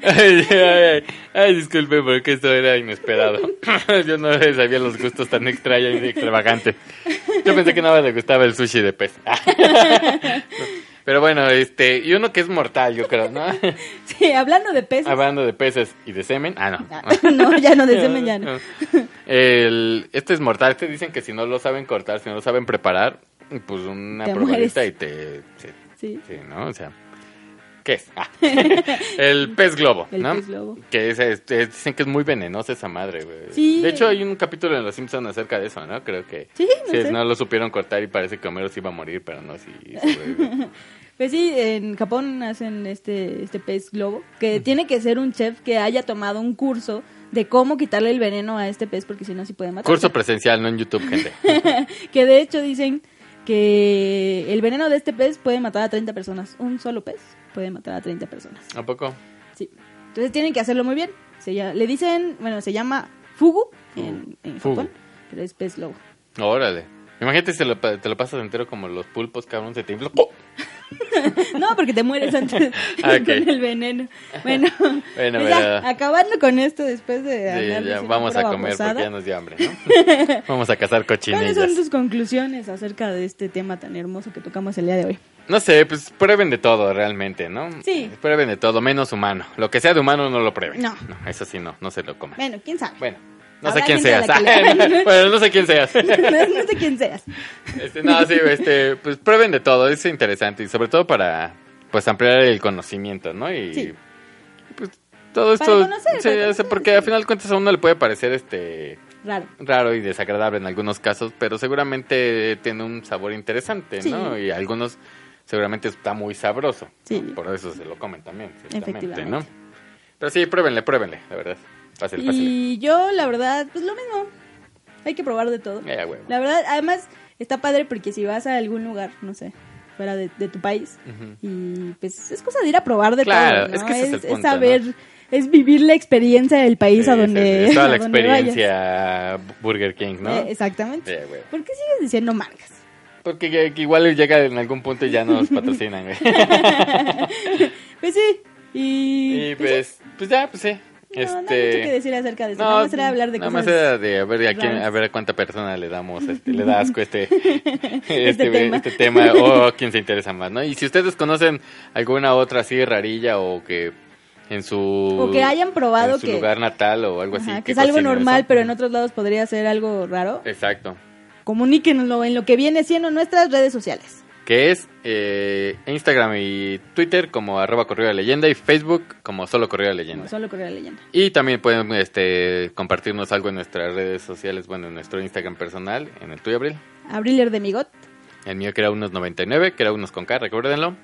ay, ay, ay, disculpe porque esto era inesperado. [LAUGHS] Yo no sabía los gustos tan extraños y extravagantes. Yo pensé que nada más le gustaba el sushi de pez. [LAUGHS] Pero bueno, este, y uno que es mortal, yo creo, ¿no?
[LAUGHS]
[LAUGHS]
Sí, hablando de peces.
Hablando de peces y de semen. Ah, no.
Ah, [LAUGHS] No, ya
[LAUGHS]
no, desde
ah.
mañana.
El, este es mortal. Este dicen que si no lo saben cortar, si no lo saben preparar, pues una
Te
probadita
mueres.
y te. se-
Sí.
Sí, ¿no? O sea, ¿qué es? Ah. [LAUGHS] el pez globo,
El
¿no?
pez globo.
Que es, este, dicen que es muy venenosa esa madre, güey.
Sí.
De hecho, hay un capítulo en Los Simpsons acerca de eso, ¿no? Creo que.
Sí, no
es-
sé.
lo supieron cortar y parece que Homero se iba a morir, pero no, sí.
[LAUGHS]
sobrevivió.
Pues sí, en Japón hacen este, este pez globo, que tiene que ser un chef que haya tomado un curso de cómo quitarle el veneno a este pez, porque si no, sí puede matar.
Curso presencial, no en YouTube, gente.
que de hecho dicen que el veneno de este pez puede matar a 30 personas. Un solo pez puede matar a 30 personas.
¿A poco?
Sí. Entonces tienen que hacerlo muy bien. Se llama- le dicen, bueno, se llama fugu en, en
Fugu.
Japón, pero es pez lobo. [LAUGHS]
Órale. Imagínate si te lo, pa- te lo pasas entero como los pulpos, cabrón, se te infla.
No, porque te mueres
[LAUGHS]
antes [LAUGHS]
Ok.
con el veneno. Bueno,
[LAUGHS] Bueno,
pues ya,
pero-
acabando con esto después de
Sí,
hablar de
ya
esa
vamos a
pura
comer
babosada,
porque ya nos dio hambre,
[LAUGHS]
¿no? vamos a cazar
¿Cuáles son
cochinillas.
tus conclusiones acerca de este tema tan hermoso que tocamos el día de hoy?
No sé, pues prueben de todo realmente, ¿no? Eh,
Sí.
Prueben de todo, menos humano. Lo que sea de humano no lo prueben.
No.
eso sí no, no se lo coman.
Bueno, quién sabe.
Bueno, no
Habrá
sé quién
gente a la
seas.
que
[LAUGHS]
le-
bueno, no sé quién seas.
[LAUGHS] no, no sé quién seas.
Este, no, sí, este, pues prueben de todo, es interesante y sobre todo para pues ampliar el conocimiento, ¿no? Y
Sí.
pues todo
Para
esto
conocer,
sí,
para
o sea,
conocer,
porque
sí.
al final de cuentas a uno le puede parecer este
Raro.
raro y desagradable en algunos casos, pero seguramente tiene un sabor interesante,
Sí.
¿no? Y algunos seguramente está muy sabroso.
Sí.
¿no? Por eso se lo comen también, ciertamente,
Efectivamente.
¿no? Pero sí, pruébenle, pruébenle, la verdad. Fácil, fácil.
Y yo, la verdad, pues lo mismo. Hay que probar de todo.
Eh, a huevo.
La verdad, además, está padre porque si vas a algún lugar, no sé, fuera de, de tu país,
Ujú.
y pues es cosa de ir a probar de
Claro,
todo. ¿no?
es que ese es el punto,
saber, es vivir la experiencia del país a
Sí, sí,
donde.
sí, Toda la
[LAUGHS] a donde vayas.
experiencia Burger King, ¿no?
Eh, exactamente.
Eh, güey.
¿Por qué sigues diciendo marcas?
Porque que- que igual llega en algún punto y ya nos patrocinan,
[LAUGHS]
güey.
Pues sí. Y.
Y pues, pues ya, pues sí.
No, no hay mucho que
este.
decir acerca de eso. Pues nada más era hablar de
nada
cosas.
más era de a ver a quién,
raras.
a ver a cuánta persona le damos, este, le da asco
[LAUGHS]
este, este,
tema.
este tema, o quién se interesa más, ¿no? Y si ustedes conocen alguna otra así rarilla o que en su
O que hayan probado
en su
que-
lugar natal o algo
Ajá,
así,
que es algo
cocinen
normal,
eso.
pero en otros lados podría ser algo raro.
exacto,
Comuníquenoslo en lo que viene siendo nuestras redes sociales.
que es eh, Instagram y Twitter como arroba correo de leyenda y Facebook como solo correo de leyenda.
Como solo Correo de Leyenda.
Y también pueden este, compartirnos algo en nuestras redes sociales, bueno, en nuestro Instagram personal, en el tuyo, Abril.
Abriler de Migot.
El mío que era unos 99, que era unos con K, recuérdenlo.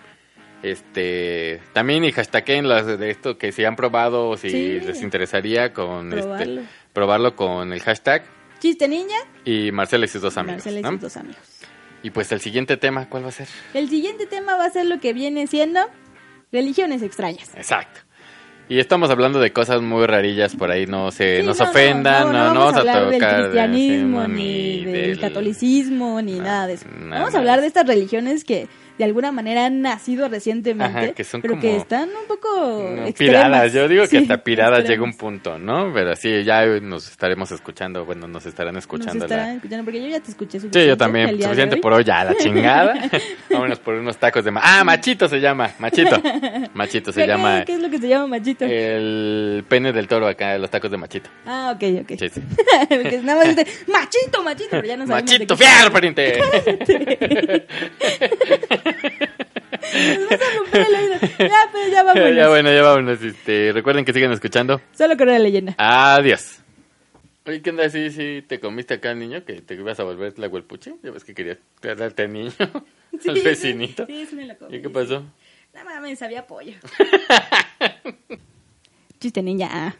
Este, también y hashtaguen las de esto que si han probado o si
Sí.
les interesaría con este,
Probarlo.
probarlo con el hashtag
Chiste niña.
y Marcela y sus dos amigos.
Marcela y
¿no?
sus dos amigos.
Y pues el siguiente tema, ¿cuál va a ser?
El siguiente tema va a ser lo que viene siendo religiones extrañas.
Exacto. Y estamos hablando de cosas muy rarillas por ahí, no se
Sí,
nos
no, no,
ofendan, no, no,
vamos a
tocar
hablar del
de-
cristianismo,
sí,
ni, del,
del-
catolicismo, ni
no,
nada de eso.
nada
vamos
de
a hablar
eso.
de estas religiones que de alguna manera han nacido recientemente,
Ajá, que son
pero
como-
que están un poco
No,
extremas.
Piradas, yo digo que
Sí,
hasta piradas
extremas.
llega un punto, ¿no? Pero sí, ya nos estaremos escuchando, bueno, nos estarán escuchando.
Nos
la-
estarán escuchando porque yo ya te escuché suficiente.
Sí, yo
el
también,
día de
suficiente
hoy.
por hoy, ya, la
[LAUGHS]
chingada. Vámonos por unos tacos de... ma- ah, machito se llama, machito. Machito se
¿Qué-
llama eh,
¿Qué es lo que se llama machito?
el pene del toro acá, los tacos de machito.
ah, ok, ok.
Sí, sí.
[LAUGHS] Porque nada más dice, machito, machito, pero ya no sabemos de
Machito,
qué-
fierro, pariente.
Nos vas a romper
[LAUGHS]
el oído. Ya, pero ya
[LAUGHS]
vámonos.
ya bueno, ya vámonos. Este, recuerden que sigan escuchando.
Solo Correo de Leyenda.
[LAUGHS] Adiós. Oye, ¿qué onda? Sí, sí, te comiste acá, niño, que te ibas a volver la huelpuche. Ya ves que querías darte al niño, [LAUGHS] al
Sí,
vecinito.
Sí, sí me lo comí.
¿Y qué pasó? [LAUGHS]
No mames, sabía pollo. Chiste niña.